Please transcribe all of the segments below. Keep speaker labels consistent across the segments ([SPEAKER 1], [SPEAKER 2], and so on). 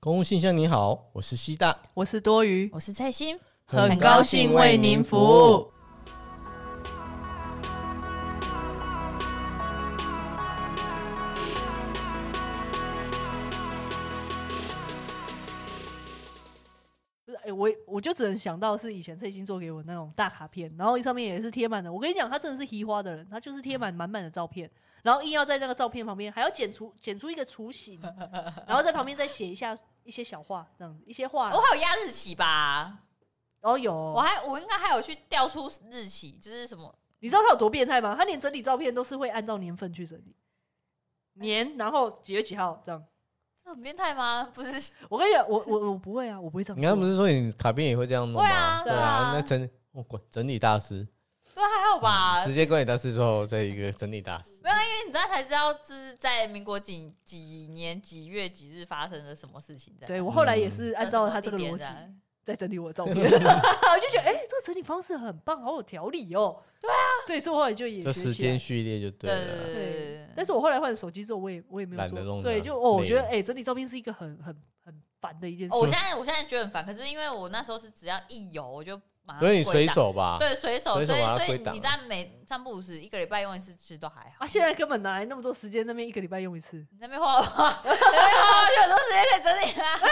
[SPEAKER 1] 公务信箱，你好，我是西大，
[SPEAKER 2] 我是多余，
[SPEAKER 3] 我是蔡心，
[SPEAKER 2] 很高兴为您服务。。不是，哎、我我就只能想到是以前翠星做给我那种大卡片，然后上面也是贴满的。我跟你讲，他真的是移花的人，他就是贴满满满的照 片，然后硬要在那个照片旁边还要剪出剪出一个雏形，然后在旁边再写一下一些小话，这样子一些话。
[SPEAKER 1] 哦
[SPEAKER 3] 我还有压日期吧，
[SPEAKER 2] 哦，有，
[SPEAKER 3] 我还我应该还有去调出日期，就是什么
[SPEAKER 2] 你知道他有多变态吗？他连整理照片都是会按照年份去整理，年，然后几月几号这样。
[SPEAKER 3] 这很变态吗？不是，
[SPEAKER 2] 我跟你讲，我我我不会啊，我不会这样
[SPEAKER 1] 你
[SPEAKER 2] 做。
[SPEAKER 1] 刚刚不是说你卡片也会这样弄吗？
[SPEAKER 3] 会啊
[SPEAKER 1] 对
[SPEAKER 2] 对
[SPEAKER 1] 啊
[SPEAKER 3] 啊，
[SPEAKER 1] 那整我管整理大师，
[SPEAKER 3] 对，还好吧。
[SPEAKER 1] 直接管理大师之后，再一个整理大师。
[SPEAKER 3] 没有，因为你知道才知道，这是在民国几几年几月几日发生了什么事情这样。
[SPEAKER 2] 对我后来也是按照他这个
[SPEAKER 3] 有什
[SPEAKER 2] 逻
[SPEAKER 3] 么地
[SPEAKER 2] 辑
[SPEAKER 3] 点
[SPEAKER 1] 啊
[SPEAKER 3] 这样
[SPEAKER 2] 在整理我的照片，我就觉得哎、这个整理方式很棒，好有条理哦。对啊，对，所以我后来就也
[SPEAKER 1] 就
[SPEAKER 2] 学
[SPEAKER 1] 时
[SPEAKER 2] 起来
[SPEAKER 1] 间。序列就对
[SPEAKER 3] 对
[SPEAKER 1] 了啦。
[SPEAKER 3] 对
[SPEAKER 2] 但是我后来换了手机之后，我也我也没有
[SPEAKER 1] 懒得
[SPEAKER 2] 做。
[SPEAKER 1] 弄
[SPEAKER 2] 对，
[SPEAKER 1] 了
[SPEAKER 2] 就哦，我
[SPEAKER 1] 累
[SPEAKER 2] 觉得
[SPEAKER 1] 了
[SPEAKER 2] 哎、整理照片是一个很很很烦的一件事。
[SPEAKER 3] 哦，我现在我现在觉得很烦，可是因为我那时候是只要一有我就马上
[SPEAKER 1] 所以你
[SPEAKER 3] 归档
[SPEAKER 1] 随手吧，
[SPEAKER 3] 对随手，所
[SPEAKER 1] 随
[SPEAKER 3] 以
[SPEAKER 1] 手把它
[SPEAKER 3] 所
[SPEAKER 1] 归
[SPEAKER 3] 以
[SPEAKER 1] 档
[SPEAKER 3] 你在每散步时一个礼拜用一次，其实都还好。，
[SPEAKER 2] 啊，现在根本哪来那么多时间？那边一个礼拜用一次
[SPEAKER 3] 你在那边花花， 你在那边花花去很多时间可以整理啊。
[SPEAKER 2] 是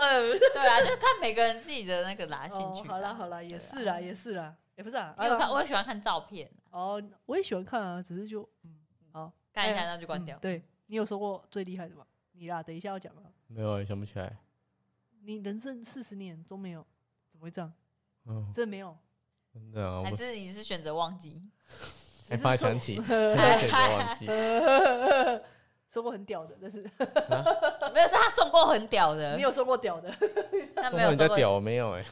[SPEAKER 2] 呃，
[SPEAKER 3] 对啊，就是看每个人自己的那个啦兴趣
[SPEAKER 2] 哦
[SPEAKER 3] 啦。、
[SPEAKER 2] 好啦好啦，也
[SPEAKER 3] 对啊
[SPEAKER 2] 是啦也是啦，也不是啊。
[SPEAKER 3] 因为我看
[SPEAKER 2] 啊
[SPEAKER 3] 我也喜欢看照片，
[SPEAKER 2] 哦，我也喜欢看啊，只是就嗯，
[SPEAKER 3] 看一下
[SPEAKER 2] 哎
[SPEAKER 3] 然后就关掉
[SPEAKER 2] 嗯。对你有说过最厉害的吗？你啦，等一下要讲啊。
[SPEAKER 1] 没有想不起来。
[SPEAKER 2] 你人生四十年都没有，怎么会这样？
[SPEAKER 1] 嗯，
[SPEAKER 2] 真的没有。
[SPEAKER 1] 真的
[SPEAKER 2] 嗯
[SPEAKER 1] 啊，我
[SPEAKER 3] 还
[SPEAKER 1] 们
[SPEAKER 3] 是你是选择忘记？
[SPEAKER 1] 还
[SPEAKER 2] 你是
[SPEAKER 1] 怕
[SPEAKER 2] 说
[SPEAKER 1] 想起，突然 选择忘记。
[SPEAKER 2] 说过很屌的，但是
[SPEAKER 3] 没有，是他送过很屌的
[SPEAKER 2] 你，有说过屌的，
[SPEAKER 3] 他没
[SPEAKER 1] 我
[SPEAKER 3] 有
[SPEAKER 1] 你在
[SPEAKER 3] 送过。
[SPEAKER 1] 屌，我没有哎。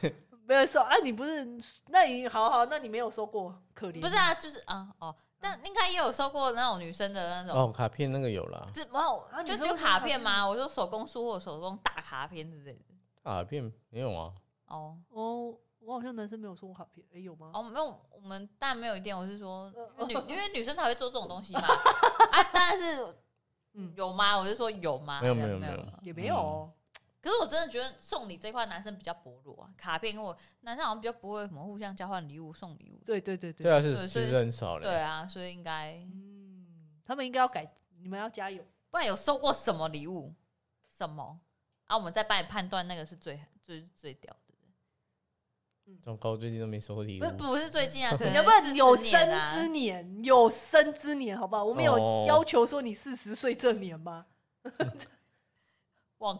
[SPEAKER 2] 没有说啊？你不是？那你好好，那你没有说过，可怜。
[SPEAKER 3] 不是啊，就是啊、哦，但应该也有收过那种女生的那种，
[SPEAKER 1] 哦，卡片那个有啦，
[SPEAKER 3] 这没有
[SPEAKER 2] 啊，你
[SPEAKER 3] 就
[SPEAKER 2] 收
[SPEAKER 3] 就
[SPEAKER 2] 过
[SPEAKER 3] 卡
[SPEAKER 2] 卡
[SPEAKER 3] 片
[SPEAKER 2] 片
[SPEAKER 3] 嘛，我说手工书或手工大卡片之类的。
[SPEAKER 1] 卡片没有啊。
[SPEAKER 3] 哦
[SPEAKER 2] 哦，我好像男生没有说过好片，哎、有吗？
[SPEAKER 3] 哦，没有，我们当然没有一定，我是说
[SPEAKER 2] 呃
[SPEAKER 3] 女，因为女生才会做这种 东西嘛。啊，但是
[SPEAKER 2] 嗯，
[SPEAKER 3] 有吗？我是说有吗？
[SPEAKER 1] 没有
[SPEAKER 3] 这
[SPEAKER 1] 没
[SPEAKER 3] 样
[SPEAKER 1] 有
[SPEAKER 3] 没
[SPEAKER 1] 没有
[SPEAKER 2] 也没
[SPEAKER 3] 嗯
[SPEAKER 2] 有、哦。
[SPEAKER 3] 可是我真的觉得送礼这一块男生比较薄弱啊，卡片跟我男生好像比较不会什么互相交换礼物送礼物。
[SPEAKER 2] 对对对对
[SPEAKER 1] 对啊，是
[SPEAKER 3] 对
[SPEAKER 1] 其
[SPEAKER 3] 所以
[SPEAKER 1] 实很少
[SPEAKER 3] 对
[SPEAKER 1] 嘞。
[SPEAKER 3] 啊，所以应该
[SPEAKER 2] 嗯，他们应该要改，你们要加油。
[SPEAKER 3] 不然有收过什么礼物？什么啊？我们再帮你判断那个是最最最屌的。
[SPEAKER 1] 糟糕，最近都没收礼物
[SPEAKER 3] 不。不是 最近啊，可能
[SPEAKER 2] 要不然
[SPEAKER 3] 40
[SPEAKER 2] 有
[SPEAKER 3] 年
[SPEAKER 2] 生
[SPEAKER 3] 啊
[SPEAKER 2] 之年，有生之年，好不好？我们有
[SPEAKER 1] 哦
[SPEAKER 2] 要求说你四十岁这年 吗？
[SPEAKER 3] 忘。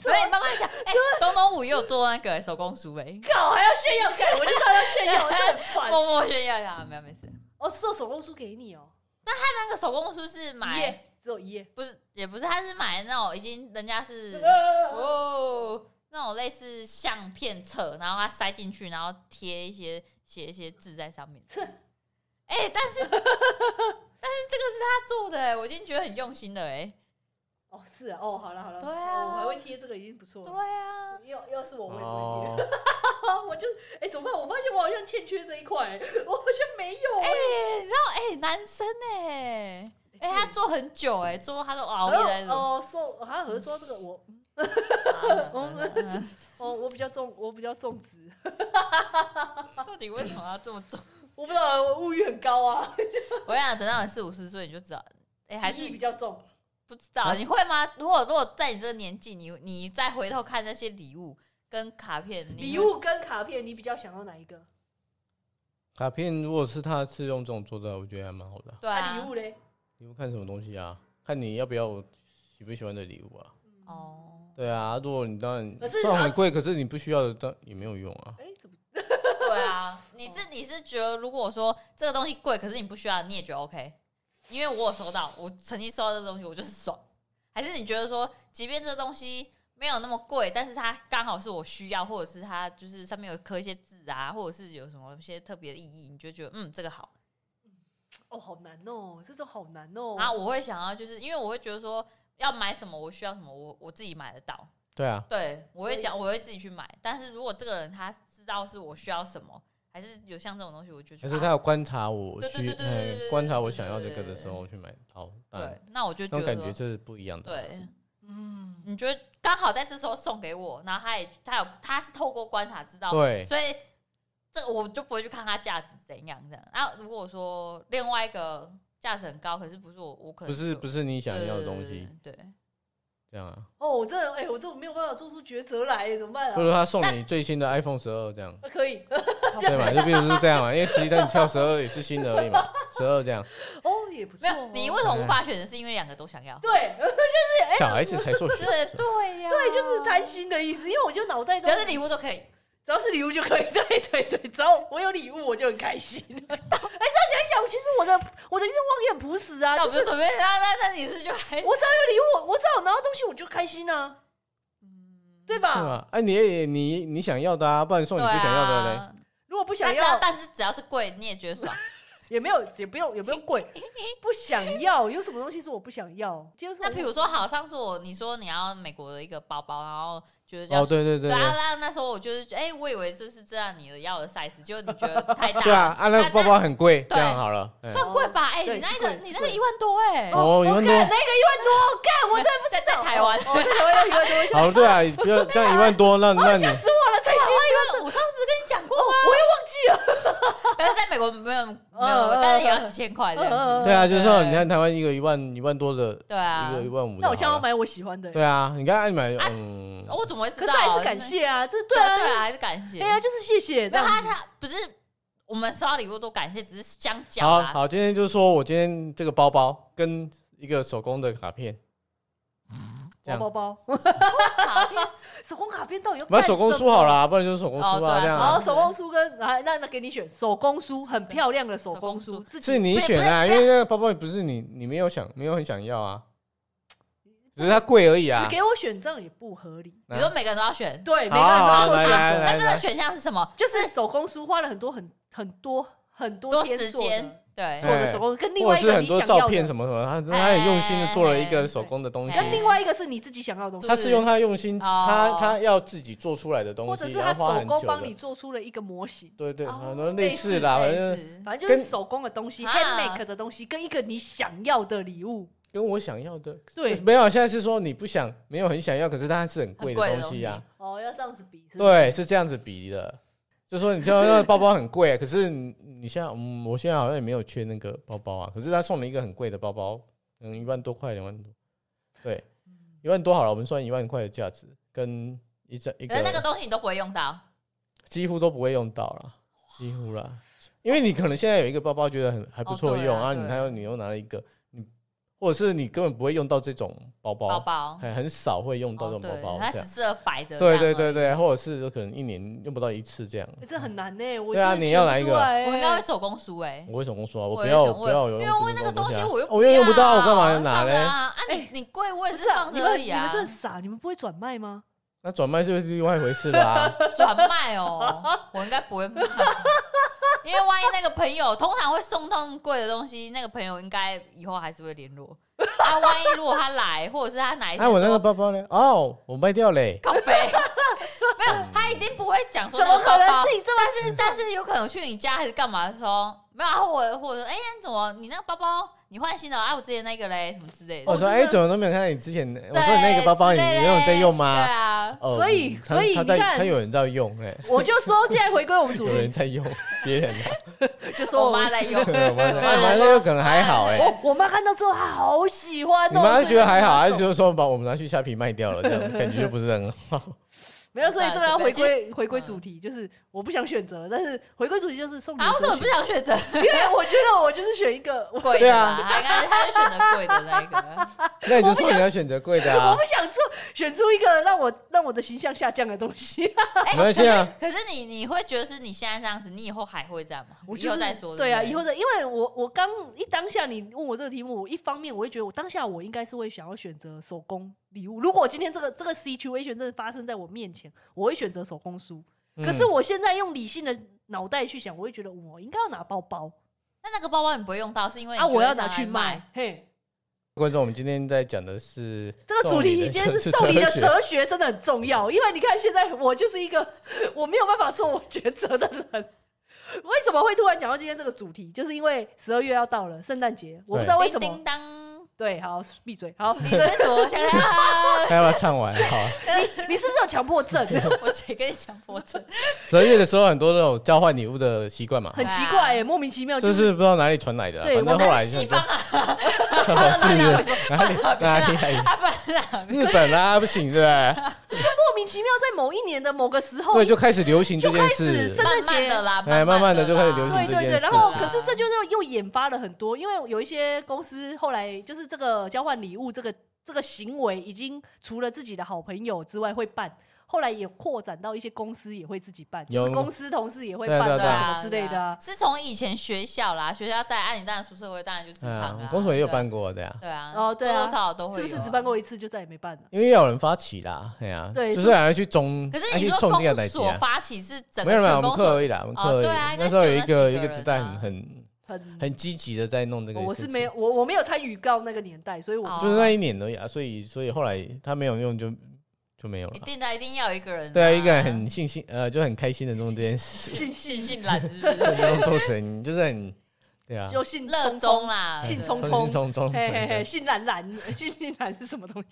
[SPEAKER 3] 所以慢慢想，哎、东东五也有做那个、手工书哎、
[SPEAKER 2] 靠，还要炫耀感，我就知道要炫耀，我真的很烦。
[SPEAKER 3] 默默炫耀一下，没有没事。
[SPEAKER 2] 哦，做手工书给你哦，
[SPEAKER 3] 那个手工书是
[SPEAKER 2] 一
[SPEAKER 3] 买，
[SPEAKER 2] 页只有一页。
[SPEAKER 3] 不是也不是，他是买那种已经人家是
[SPEAKER 2] 呃
[SPEAKER 3] 哦那种类似相片册，然后他塞进去，然后贴一些写一些字在上面。
[SPEAKER 2] 切
[SPEAKER 3] 哎、但是 但是这个是他做的、哎我已经觉得很用心了哎、
[SPEAKER 2] 哦，是啊，哦，好了好了，
[SPEAKER 3] 对啊
[SPEAKER 2] 哦我还会贴这个，已经不错
[SPEAKER 3] 对
[SPEAKER 2] 了。
[SPEAKER 3] 啊，
[SPEAKER 2] 要要是我，我也不会
[SPEAKER 1] 哦
[SPEAKER 2] 贴。， 我就哎、怎么办？我发现我好像欠缺这一块、 我好像没有、哎，
[SPEAKER 3] 哎你知道哎、男生哎、哎、他做很久哎、做他都熬夜在
[SPEAKER 2] 欸然
[SPEAKER 3] 那种。
[SPEAKER 2] 后哦，说好像和说这个我
[SPEAKER 3] 嗯
[SPEAKER 2] 哦，我比较重，我比较重植，
[SPEAKER 3] 到底为什么要这么重？
[SPEAKER 2] 我不知道，我物欲很高啊，
[SPEAKER 3] 我跟你讲，等到你四五十岁你就知道，哎、还
[SPEAKER 2] 记
[SPEAKER 3] 是
[SPEAKER 2] 忆比较重。
[SPEAKER 3] 不知
[SPEAKER 2] 啊
[SPEAKER 3] 道你会吗？如果如果在你这个年纪，你你再回头看那些礼物跟卡片，你
[SPEAKER 2] 礼物跟卡片，你比较想要哪一个？
[SPEAKER 1] 卡片如果是他是用这种做的，我觉得还蛮好的。
[SPEAKER 3] 对
[SPEAKER 2] 啊，
[SPEAKER 3] 啊
[SPEAKER 2] 礼物嘞？
[SPEAKER 1] 礼物看什么东西啊？看你要不要我喜不喜欢的礼物啊？
[SPEAKER 2] 嗯
[SPEAKER 3] 哦，
[SPEAKER 1] 对啊，如果你当
[SPEAKER 2] 可
[SPEAKER 1] 然
[SPEAKER 2] 是
[SPEAKER 1] 送
[SPEAKER 2] 啊
[SPEAKER 1] 很贵，可是你不需要的，当也没有用啊。
[SPEAKER 2] 哎、怎么？
[SPEAKER 3] 对啊，你是你是觉得如果说这个东西贵，可是你不需要，你也觉得 OK，因为我有收到，我曾经收到这个东西，我就是爽。还是你觉得说，即便这个东西没有那么贵，但是它刚好是我需要，或者是它就是上面有刻一些字啊，或者是有什么一些特别的意义，你就觉得嗯这个好。
[SPEAKER 2] 哦，好难哦，这种好难哦。
[SPEAKER 3] 然后啊我会想要就是因为我会觉得说要买什么，我需要什么，我我自己买得到。
[SPEAKER 1] 对啊，
[SPEAKER 3] 对，我会
[SPEAKER 2] 所以
[SPEAKER 3] 讲，我会自己去买。但是如果这个人他知道是我需要什么，还是有像这种东西，我就觉
[SPEAKER 1] 可
[SPEAKER 3] 得
[SPEAKER 1] 是他要观察我
[SPEAKER 3] 对对
[SPEAKER 1] 需
[SPEAKER 3] 对对对对对
[SPEAKER 1] 嗯观察我想要这个的时候去买，好，当然
[SPEAKER 3] 对，那我就
[SPEAKER 1] 那
[SPEAKER 3] 觉
[SPEAKER 1] 种
[SPEAKER 3] 得
[SPEAKER 1] 感觉这是不一样的。
[SPEAKER 3] 对，
[SPEAKER 2] 嗯，
[SPEAKER 3] 你觉得刚好在这时候送给我，然后他也他有他是透过观察知道，
[SPEAKER 1] 对，
[SPEAKER 3] 所以这我就不会去看它价值怎样这样。啊，如果说另外一个价值很高，可是不是我我可能
[SPEAKER 1] 不是不
[SPEAKER 3] 是
[SPEAKER 1] 是你想要的东西，，
[SPEAKER 3] 对对对对对
[SPEAKER 1] 这样啊。
[SPEAKER 2] 哦，我真的，哎、我这我没有办法做出抉择来，怎么办
[SPEAKER 1] 或者
[SPEAKER 2] 啊？
[SPEAKER 1] 他送你最新的 iPhone 十二这样，
[SPEAKER 2] 啊可以，
[SPEAKER 1] 对嘛？就比如是这样嘛，因为实际上你跳十二也是新的而已嘛，十二这样，
[SPEAKER 2] 哦，也不错
[SPEAKER 3] 没
[SPEAKER 2] 哦、
[SPEAKER 3] 有你为什么无法选择？是因为两个都想要，
[SPEAKER 2] 对， 哎
[SPEAKER 1] 小孩子才做选 择，
[SPEAKER 3] 是对呀，
[SPEAKER 2] 对，就是贪心的意思，因为我就脑袋
[SPEAKER 3] 只
[SPEAKER 2] 中
[SPEAKER 3] 要是礼物都可以。
[SPEAKER 2] 只要是礼物就可以， 对对对，只要我有礼物我就很开 心。哎、这样想一想，其实我的我的愿望也很朴实啊，
[SPEAKER 3] 那
[SPEAKER 2] 就
[SPEAKER 3] 我
[SPEAKER 2] 是
[SPEAKER 3] 们就哎准备，那那那你是就 还
[SPEAKER 2] 我只要有礼物，我只要有拿到东西我就开心啊，对
[SPEAKER 1] 是
[SPEAKER 2] 吧？
[SPEAKER 1] 吗？哎，你也你你想要的啊，不然送
[SPEAKER 3] 嗯对
[SPEAKER 1] 你不想要的嘞。
[SPEAKER 3] 啊。
[SPEAKER 2] 如果不
[SPEAKER 3] 但
[SPEAKER 2] 想
[SPEAKER 3] 只要
[SPEAKER 2] 要，
[SPEAKER 3] 但是只要是贵，你也觉得爽。
[SPEAKER 2] 也没有也不用也不用贵，不想要有什么东西是我不想要？接受
[SPEAKER 3] 那比如说，好，上次我你说你要美国的一个包包，然后觉得这样
[SPEAKER 1] 哦，对对对
[SPEAKER 3] 对啊，
[SPEAKER 1] 对，
[SPEAKER 3] 那那时候我就是觉得，哎、我以为这是这样你的要的 size，结果你觉得太大 了，
[SPEAKER 1] 对啊，啊那个包包很贵，这
[SPEAKER 3] 对
[SPEAKER 1] 样好 了，哎
[SPEAKER 3] 算贵吧？哎、
[SPEAKER 2] 对
[SPEAKER 3] 你那
[SPEAKER 2] 是
[SPEAKER 3] 个
[SPEAKER 2] 贵
[SPEAKER 3] 你
[SPEAKER 2] 是
[SPEAKER 3] 那个
[SPEAKER 2] 贵
[SPEAKER 3] 一万多哎、
[SPEAKER 1] 哦
[SPEAKER 2] 我
[SPEAKER 1] 一
[SPEAKER 2] 干
[SPEAKER 1] 万
[SPEAKER 2] 那个一
[SPEAKER 1] 多
[SPEAKER 2] 万多，干我真的
[SPEAKER 3] 在
[SPEAKER 2] 不知
[SPEAKER 3] 在
[SPEAKER 2] 道
[SPEAKER 3] 台湾，
[SPEAKER 2] 哦，在台湾要一万多，我想
[SPEAKER 1] 好了，对啊，不要这样一万多， 那那
[SPEAKER 2] 哦，
[SPEAKER 1] 你
[SPEAKER 2] 吓死我了，才
[SPEAKER 3] 台
[SPEAKER 2] 行，
[SPEAKER 3] 湾一万，我上次不是跟你讲过
[SPEAKER 2] 哦
[SPEAKER 3] 吗？
[SPEAKER 2] 我又忘记 了，
[SPEAKER 3] 但是在美国没有没
[SPEAKER 2] 嗯
[SPEAKER 3] 有，但是也要几千块这样
[SPEAKER 2] 嗯嗯
[SPEAKER 3] 子。
[SPEAKER 1] 对啊，就是说
[SPEAKER 3] 对
[SPEAKER 1] 你看台湾一个一万一万多的，
[SPEAKER 3] 对
[SPEAKER 1] 一
[SPEAKER 3] 啊
[SPEAKER 1] 个一，万五的好了，
[SPEAKER 2] 那我现在要买我喜欢的、
[SPEAKER 1] 对啊，你刚才买
[SPEAKER 3] 啊
[SPEAKER 1] 嗯，
[SPEAKER 3] 我怎么会知
[SPEAKER 2] 可
[SPEAKER 3] 道？
[SPEAKER 2] 是还是感谢啊，这对
[SPEAKER 3] 对
[SPEAKER 2] 啊，
[SPEAKER 3] 对啊，还是感谢。
[SPEAKER 2] 哎呀，就是谢谢，这
[SPEAKER 3] 没有
[SPEAKER 2] 样
[SPEAKER 3] 他他不是我们收到礼物都感谢，只是啊相交
[SPEAKER 1] 好
[SPEAKER 3] 啦。
[SPEAKER 1] 好，今天就是说我今天这个包包跟一个手工的卡片，这
[SPEAKER 2] 包
[SPEAKER 1] 样
[SPEAKER 2] 包包，
[SPEAKER 3] 卡片
[SPEAKER 2] 手工卡片到底要
[SPEAKER 1] 买
[SPEAKER 2] 干
[SPEAKER 1] 手工
[SPEAKER 2] 什
[SPEAKER 1] 书
[SPEAKER 2] 么
[SPEAKER 1] 好。啦，不然就是手工
[SPEAKER 3] 哦
[SPEAKER 1] 书
[SPEAKER 3] 对
[SPEAKER 1] 啊，
[SPEAKER 3] 啊
[SPEAKER 1] 这样
[SPEAKER 2] 然后
[SPEAKER 1] 啊
[SPEAKER 3] 是
[SPEAKER 2] 手工书跟然后那那给你选手工书，很漂亮的手工
[SPEAKER 3] 手
[SPEAKER 2] 书，
[SPEAKER 3] 工
[SPEAKER 2] 自己
[SPEAKER 1] 是你
[SPEAKER 3] 不是
[SPEAKER 1] 选
[SPEAKER 3] 不是
[SPEAKER 1] 啊，因为那个包包也不是你你没有想没有很想要啊，只是它贵而已
[SPEAKER 2] 只
[SPEAKER 1] 啊。
[SPEAKER 2] 给我选这样也不合理。
[SPEAKER 3] 你说每个人都要选，
[SPEAKER 2] 对，每个
[SPEAKER 1] 好啊
[SPEAKER 2] 人都
[SPEAKER 1] 好啊，
[SPEAKER 2] 要做
[SPEAKER 1] 来
[SPEAKER 2] 选
[SPEAKER 1] 来
[SPEAKER 2] 择，
[SPEAKER 1] 来
[SPEAKER 3] 那这个
[SPEAKER 1] 来，
[SPEAKER 3] 选项是什么？
[SPEAKER 2] 就是手工书花了很多很很多很
[SPEAKER 3] 多
[SPEAKER 2] 多
[SPEAKER 3] 时
[SPEAKER 2] 做
[SPEAKER 3] 间
[SPEAKER 2] 的，
[SPEAKER 3] 对
[SPEAKER 2] 做的手工，跟另
[SPEAKER 1] 或
[SPEAKER 2] 外
[SPEAKER 1] 者
[SPEAKER 2] 一
[SPEAKER 1] 是
[SPEAKER 2] 个
[SPEAKER 1] 很
[SPEAKER 2] 你
[SPEAKER 1] 多
[SPEAKER 2] 想
[SPEAKER 1] 照
[SPEAKER 2] 要
[SPEAKER 1] 片
[SPEAKER 2] 的
[SPEAKER 1] 什，么什么，他他很用心的做了一
[SPEAKER 3] 哎
[SPEAKER 1] 个手工的东西
[SPEAKER 3] 哎，
[SPEAKER 2] 跟另外一个是你自己想要的东西
[SPEAKER 1] 他是用他用心，他
[SPEAKER 3] 哦
[SPEAKER 1] 他要自己做出来的
[SPEAKER 2] 或
[SPEAKER 1] 东
[SPEAKER 2] 者
[SPEAKER 1] 西，
[SPEAKER 2] 是
[SPEAKER 1] 然
[SPEAKER 2] 他
[SPEAKER 1] 后哎花
[SPEAKER 2] 手
[SPEAKER 1] 很久
[SPEAKER 2] 工帮
[SPEAKER 1] 的
[SPEAKER 2] 你做出了一个模型，
[SPEAKER 1] 对对，
[SPEAKER 3] 哦
[SPEAKER 1] 很多类
[SPEAKER 2] 类
[SPEAKER 1] 似啦，反
[SPEAKER 3] 类
[SPEAKER 1] 正
[SPEAKER 3] 似
[SPEAKER 2] 反正就是
[SPEAKER 1] 跟
[SPEAKER 2] 手工的东西
[SPEAKER 3] 啊
[SPEAKER 2] ，handmade 的东西，跟一个你想要的礼物。
[SPEAKER 1] 跟我想要的
[SPEAKER 2] 对，
[SPEAKER 1] 没有，现在是说你不想，没有很想要，可是它是很贵
[SPEAKER 3] 很贵的
[SPEAKER 1] 的东西啊呀、
[SPEAKER 2] 哦，要这样子比是不是，
[SPEAKER 1] 对，是这样子比的，就说你知道那个包包很贵，可是你你现在，嗯，我现在好像也没有缺那个包包啊，可是他送了一个很贵的包包，嗯，一万多块，两万多，对，
[SPEAKER 3] 嗯
[SPEAKER 1] 一万多好了，我们算一万块的价值，跟一张一
[SPEAKER 3] 可是那个
[SPEAKER 1] 个
[SPEAKER 3] 东西你都不会用到，
[SPEAKER 1] 几乎都不会用到了，几乎啦，因为你可能现在有一个包包觉得很还不
[SPEAKER 3] 哦
[SPEAKER 1] 错
[SPEAKER 3] 对啊
[SPEAKER 1] 用啊，
[SPEAKER 3] 对
[SPEAKER 1] 你还有你又拿了一个，你或者是你根本不会用到这种包包，
[SPEAKER 3] 包包，
[SPEAKER 1] 很哦很少会用到
[SPEAKER 3] 哦
[SPEAKER 1] 这种包
[SPEAKER 3] 对，
[SPEAKER 1] 包，
[SPEAKER 3] 它
[SPEAKER 1] 这
[SPEAKER 3] 只
[SPEAKER 1] 样。
[SPEAKER 3] 适合摆着这
[SPEAKER 1] 对
[SPEAKER 3] 样而已。
[SPEAKER 1] 对对对，或者是有可能一年用不到一次这样。
[SPEAKER 2] 可是很难呢。我
[SPEAKER 1] 对啊
[SPEAKER 2] 真的
[SPEAKER 1] 你要
[SPEAKER 2] 选不
[SPEAKER 1] 哪一
[SPEAKER 2] 出
[SPEAKER 1] 个
[SPEAKER 2] 来欸
[SPEAKER 3] 我应该会手工书哎，
[SPEAKER 1] 我为什么说啊？
[SPEAKER 3] 我
[SPEAKER 1] 不
[SPEAKER 3] 也
[SPEAKER 1] 要
[SPEAKER 3] 想
[SPEAKER 1] 不要有
[SPEAKER 3] 因为
[SPEAKER 1] 用
[SPEAKER 3] 为那个东西
[SPEAKER 1] 啊
[SPEAKER 3] 我又
[SPEAKER 1] 我又用不到
[SPEAKER 3] 要
[SPEAKER 1] 我干嘛要拿
[SPEAKER 3] 放着
[SPEAKER 1] 嘞
[SPEAKER 3] 啊啊，你你贵我也
[SPEAKER 2] 不
[SPEAKER 3] 是
[SPEAKER 2] 是啊
[SPEAKER 3] 放
[SPEAKER 2] 你
[SPEAKER 3] 着而
[SPEAKER 2] 们
[SPEAKER 3] 已
[SPEAKER 2] 你们
[SPEAKER 3] 啊，
[SPEAKER 2] 真傻，你们不会转卖吗？
[SPEAKER 1] 那转卖是不是另外一回事 啦？
[SPEAKER 3] 转卖哦，我应该不会卖，因为万一那个朋友通常会送到那么贵的东西，那个朋友应该以后还是会联络。啊，万一如果他来，或者是他哪一天
[SPEAKER 1] 哎，我那个
[SPEAKER 3] 说
[SPEAKER 1] 包包呢？哦，我卖掉嘞。
[SPEAKER 3] 告白，没有，他一定不会讲说
[SPEAKER 2] 怎
[SPEAKER 3] 那
[SPEAKER 2] 么
[SPEAKER 3] 个
[SPEAKER 2] 可
[SPEAKER 3] 包
[SPEAKER 2] 能
[SPEAKER 3] 包
[SPEAKER 2] 自。己这么
[SPEAKER 3] 但是但是有可能去你家还是干嘛的时候，没有啊，或者或者说哎、你怎么你那个包包你换新的啊？我之前那个嘞什么之类的。
[SPEAKER 1] 我说
[SPEAKER 2] 真的
[SPEAKER 1] 哎，怎么都没有看到你之前？我
[SPEAKER 3] 对
[SPEAKER 1] 说你那个包包你
[SPEAKER 3] 之类的
[SPEAKER 1] 有在用
[SPEAKER 3] 对
[SPEAKER 1] 吗？
[SPEAKER 3] 啊，
[SPEAKER 1] 哦
[SPEAKER 2] 所以
[SPEAKER 1] 他
[SPEAKER 2] 所以
[SPEAKER 1] 他
[SPEAKER 2] 你
[SPEAKER 1] 在
[SPEAKER 2] 看
[SPEAKER 1] 他有人在用哎，
[SPEAKER 2] 我就说，现在回归我们主
[SPEAKER 1] 有人
[SPEAKER 2] 题，
[SPEAKER 1] 在用，别人啊，
[SPEAKER 2] 就说
[SPEAKER 3] 我
[SPEAKER 2] 我
[SPEAKER 3] 妈
[SPEAKER 2] 妈，
[SPEAKER 3] 在用，
[SPEAKER 1] 我妈说哎，反正有可能还好哎。
[SPEAKER 2] 我我妈看到之后，她好喜欢哦。
[SPEAKER 1] 你妈
[SPEAKER 2] 所以
[SPEAKER 1] 就觉得还好，
[SPEAKER 2] 她
[SPEAKER 1] 还
[SPEAKER 2] 送
[SPEAKER 1] 是就说把我们拿去虾皮卖掉了，这样感觉就不是很好。
[SPEAKER 2] 没有，所以这个要回
[SPEAKER 3] 随便嗯
[SPEAKER 2] 归回归主题，就是我不想选择，但是回归主题就是送礼。
[SPEAKER 3] 啊，为什么不？想选择
[SPEAKER 2] 因为我觉得我就是选一个，我
[SPEAKER 3] 贵
[SPEAKER 1] 对
[SPEAKER 3] 的
[SPEAKER 1] 啊
[SPEAKER 3] 啦？他应该他就选择贵的那 一个。
[SPEAKER 1] 那你就说你要选择贵的啊
[SPEAKER 2] 我不，想做选出一个让我让我的形象下降的东西。
[SPEAKER 3] 哎
[SPEAKER 1] 没关系啊
[SPEAKER 3] 可是可是你你会觉得是你现在这样子，你以后还会这样吗？
[SPEAKER 2] 我
[SPEAKER 3] 以
[SPEAKER 2] 就
[SPEAKER 3] 后
[SPEAKER 2] 是
[SPEAKER 3] 再说。
[SPEAKER 2] 对啊，
[SPEAKER 3] 不
[SPEAKER 2] 以后再，因为我我刚一当下你问我这个题目，我一方面我会觉得我当下我应该是会想要选择手工礼物。如果今天这个这个 situation 真的发生在我面前，我会选择手工书。可是
[SPEAKER 1] 嗯
[SPEAKER 2] 我现在用理性的脑袋去想，我会觉得我应该要拿包包
[SPEAKER 3] 那那个包包你不会用到，是因为你
[SPEAKER 2] 啊，
[SPEAKER 3] 觉得
[SPEAKER 2] 我要拿
[SPEAKER 3] 来
[SPEAKER 2] 去卖
[SPEAKER 3] 卖。。
[SPEAKER 2] 嘿，
[SPEAKER 1] 观众，我们今天在讲的是
[SPEAKER 2] 这个主题
[SPEAKER 1] 你
[SPEAKER 2] 今天是送
[SPEAKER 1] 送
[SPEAKER 2] 礼
[SPEAKER 1] 礼哲
[SPEAKER 2] 的
[SPEAKER 1] 学，
[SPEAKER 2] 哲学真的很重要，因为你看现在我就是一个我没有办法做我抉择的人。为什么会突然讲到今天这个主题？就是因为十二月要到了，圣诞节，我不知道为什
[SPEAKER 3] 叮
[SPEAKER 2] 么
[SPEAKER 3] 叮当，
[SPEAKER 2] 对，好，闭嘴。好，
[SPEAKER 3] 你真多强 啊！
[SPEAKER 1] 大家把它唱完好。
[SPEAKER 2] 你是不是有强 迫症？
[SPEAKER 3] 我谁跟你强迫症？
[SPEAKER 1] 十二月的时候，很多那种交换礼物的习 惯嘛，
[SPEAKER 2] 很奇
[SPEAKER 3] 啊
[SPEAKER 2] 怪、欸，莫名其妙
[SPEAKER 1] 这
[SPEAKER 2] 就是
[SPEAKER 1] 是不知道哪里传来的啊，
[SPEAKER 2] 对
[SPEAKER 1] 反正后来就
[SPEAKER 3] 西方啊，
[SPEAKER 1] 是不是哪里哪里来的？
[SPEAKER 3] 啊不然啊
[SPEAKER 1] 日本啊，不行对不
[SPEAKER 2] 莫名其妙在某一年的某个时候，
[SPEAKER 1] 对？对，就开始流行这
[SPEAKER 2] 就
[SPEAKER 1] 件
[SPEAKER 2] 开始
[SPEAKER 1] 事
[SPEAKER 2] 圣。
[SPEAKER 3] 慢
[SPEAKER 2] 诞
[SPEAKER 3] 慢的
[SPEAKER 2] 节。
[SPEAKER 3] 啦，
[SPEAKER 1] 哎慢慢
[SPEAKER 3] 的
[SPEAKER 1] 地就开始流行
[SPEAKER 2] 对
[SPEAKER 1] 这
[SPEAKER 2] 对
[SPEAKER 1] 件
[SPEAKER 2] 对，
[SPEAKER 1] 事
[SPEAKER 2] 然后
[SPEAKER 1] 情
[SPEAKER 2] 可是这就是又引发了很多，因为有一些公司后来就是这个交换礼物这个这个行为，已经除了自己的好朋友之外会办，后来也扩展到一些公司也会自己办，就
[SPEAKER 1] 有
[SPEAKER 2] 是公司同事也会
[SPEAKER 1] 对
[SPEAKER 2] 办
[SPEAKER 1] 对
[SPEAKER 2] 啊
[SPEAKER 1] 对
[SPEAKER 2] 什么之类的啊。
[SPEAKER 3] 是从以前学校啦，学校在按你当然宿舍会，当然就职
[SPEAKER 1] 哎呀
[SPEAKER 2] 啊
[SPEAKER 3] 场啦。
[SPEAKER 1] 公所也有办过对啊，
[SPEAKER 3] 对啊，
[SPEAKER 2] 哦对啊
[SPEAKER 3] 多多少少都会
[SPEAKER 2] 是
[SPEAKER 3] 有
[SPEAKER 2] 不
[SPEAKER 3] 啊
[SPEAKER 2] 是只办？过一次就再也没办了？
[SPEAKER 1] 因为要有人发起啦，哎呀，
[SPEAKER 2] 对
[SPEAKER 1] 就是是让人去中，
[SPEAKER 3] 可是
[SPEAKER 1] 要
[SPEAKER 3] 你
[SPEAKER 1] 去
[SPEAKER 3] 说
[SPEAKER 1] 种这个
[SPEAKER 3] 公
[SPEAKER 1] 代际
[SPEAKER 3] 所
[SPEAKER 1] 啊。
[SPEAKER 3] 发起是整
[SPEAKER 1] 没有
[SPEAKER 3] 个
[SPEAKER 1] 没有，
[SPEAKER 3] 全
[SPEAKER 1] 我们
[SPEAKER 3] 公
[SPEAKER 1] 课
[SPEAKER 3] 所
[SPEAKER 1] 而已啦，我们
[SPEAKER 3] 哦
[SPEAKER 1] 课而已
[SPEAKER 3] 对啊应。该
[SPEAKER 1] 那时候有一
[SPEAKER 3] 就那
[SPEAKER 1] 个
[SPEAKER 3] 几
[SPEAKER 1] 一
[SPEAKER 3] 个
[SPEAKER 1] 个
[SPEAKER 3] 人
[SPEAKER 1] 子弹
[SPEAKER 3] 啊
[SPEAKER 1] 很很
[SPEAKER 2] 很，
[SPEAKER 1] 很积极的在弄这个事情，
[SPEAKER 2] 我是没有，我我没有参与到那个年代，所以我
[SPEAKER 3] 哦
[SPEAKER 1] 就是那一年而已啊，所以所以后来他没有用就就没有
[SPEAKER 3] 一
[SPEAKER 1] 了。
[SPEAKER 3] 定的，一定要有一个人啊。
[SPEAKER 1] 对啊，一个人很信心，呃，就很开心的弄这件 事，
[SPEAKER 2] 信
[SPEAKER 3] 信
[SPEAKER 2] 信
[SPEAKER 3] 性懒，是不是？
[SPEAKER 1] 弄做成就是很对啊，
[SPEAKER 2] 就信
[SPEAKER 3] 热
[SPEAKER 2] 冲
[SPEAKER 3] 衷
[SPEAKER 2] 冲
[SPEAKER 3] 啦，
[SPEAKER 2] 兴
[SPEAKER 3] 对
[SPEAKER 2] 冲
[SPEAKER 1] 冲
[SPEAKER 2] 冲
[SPEAKER 1] 冲冲冲，
[SPEAKER 2] 嘿嘿嘿，信兰兰，信信兰是什么东西？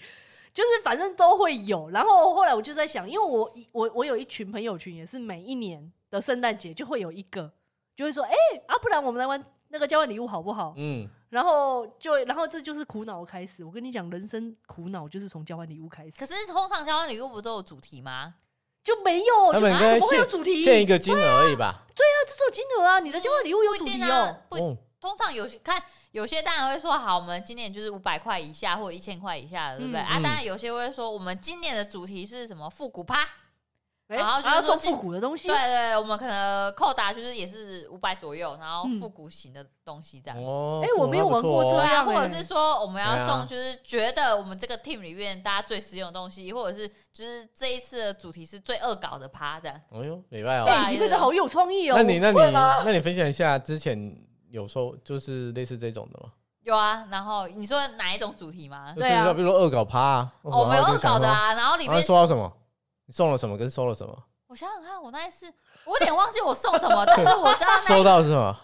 [SPEAKER 2] 就是反正都会有。然后后来我就在想，因为我我我有一群朋友群，也是每一年的圣诞节就会有一个，就会说，哎、啊，不然我们来玩那个交换礼物好不好？
[SPEAKER 1] 嗯，
[SPEAKER 2] 然后就然后这就是苦恼的开始。我跟你讲，人生苦恼就是从交换礼物开始
[SPEAKER 3] 可，是通常交换礼物不都有主题吗？
[SPEAKER 2] 就没有，
[SPEAKER 1] 他
[SPEAKER 2] 就
[SPEAKER 1] 们应
[SPEAKER 2] 啊
[SPEAKER 1] 该
[SPEAKER 2] 怎么会有
[SPEAKER 1] 限
[SPEAKER 2] 主题？
[SPEAKER 1] 限一
[SPEAKER 2] 对
[SPEAKER 1] 个金额而已吧。
[SPEAKER 2] 啊，这是有金额啊，你的交换礼物有主
[SPEAKER 3] 不一
[SPEAKER 2] 题
[SPEAKER 3] 定
[SPEAKER 2] 哦
[SPEAKER 3] 啊，，不，
[SPEAKER 1] 哦，
[SPEAKER 3] 通常有些看有些当然会说好，我们今年就是五百块以下或一千块以下的，对不对？
[SPEAKER 2] 嗯
[SPEAKER 3] 啊，
[SPEAKER 1] 嗯
[SPEAKER 3] 当然有些会说我们今年的主题是什么复古趴，
[SPEAKER 2] 哎
[SPEAKER 3] 然后就是
[SPEAKER 2] 还要
[SPEAKER 3] 说
[SPEAKER 2] 送
[SPEAKER 3] 今
[SPEAKER 2] 复古的东西
[SPEAKER 3] 对，对，我们可能扣打就是也是五百左右，然后
[SPEAKER 2] 嗯
[SPEAKER 3] 复古型的东西这样。
[SPEAKER 1] 哦，
[SPEAKER 2] 哎我没有玩过
[SPEAKER 1] 不错哦
[SPEAKER 3] 对
[SPEAKER 2] 这
[SPEAKER 3] 啊，
[SPEAKER 2] 样
[SPEAKER 3] 或
[SPEAKER 2] 欸
[SPEAKER 3] 者是说我们要
[SPEAKER 1] 对
[SPEAKER 3] 送，
[SPEAKER 1] 啊
[SPEAKER 3] 就是觉得我们这个 team 里面大家最实用的东西，或者是就是这一次的主题是最恶搞的趴这样。
[SPEAKER 1] 哎呦，礼拜
[SPEAKER 3] 对
[SPEAKER 1] 哦。
[SPEAKER 3] 啊
[SPEAKER 2] 哎，你对这好有创意哦。
[SPEAKER 1] 那你
[SPEAKER 2] 我
[SPEAKER 1] 那你那你分享一下之前有收就是类似这种的吗？
[SPEAKER 3] 有啊，然后你说哪一种主题吗
[SPEAKER 1] 就？
[SPEAKER 2] 对啊
[SPEAKER 1] 是说比如说恶搞趴啊，
[SPEAKER 3] 哦我们有恶搞的
[SPEAKER 1] 啊，
[SPEAKER 3] 啊，然后里
[SPEAKER 1] 然后
[SPEAKER 3] 面
[SPEAKER 1] 收到什么？你送了什么？跟收了什么？
[SPEAKER 2] 啊
[SPEAKER 3] 我想想看，我那一次我有点忘记我送 什么，但是我知道那
[SPEAKER 1] 收
[SPEAKER 3] 一
[SPEAKER 1] 到是什么？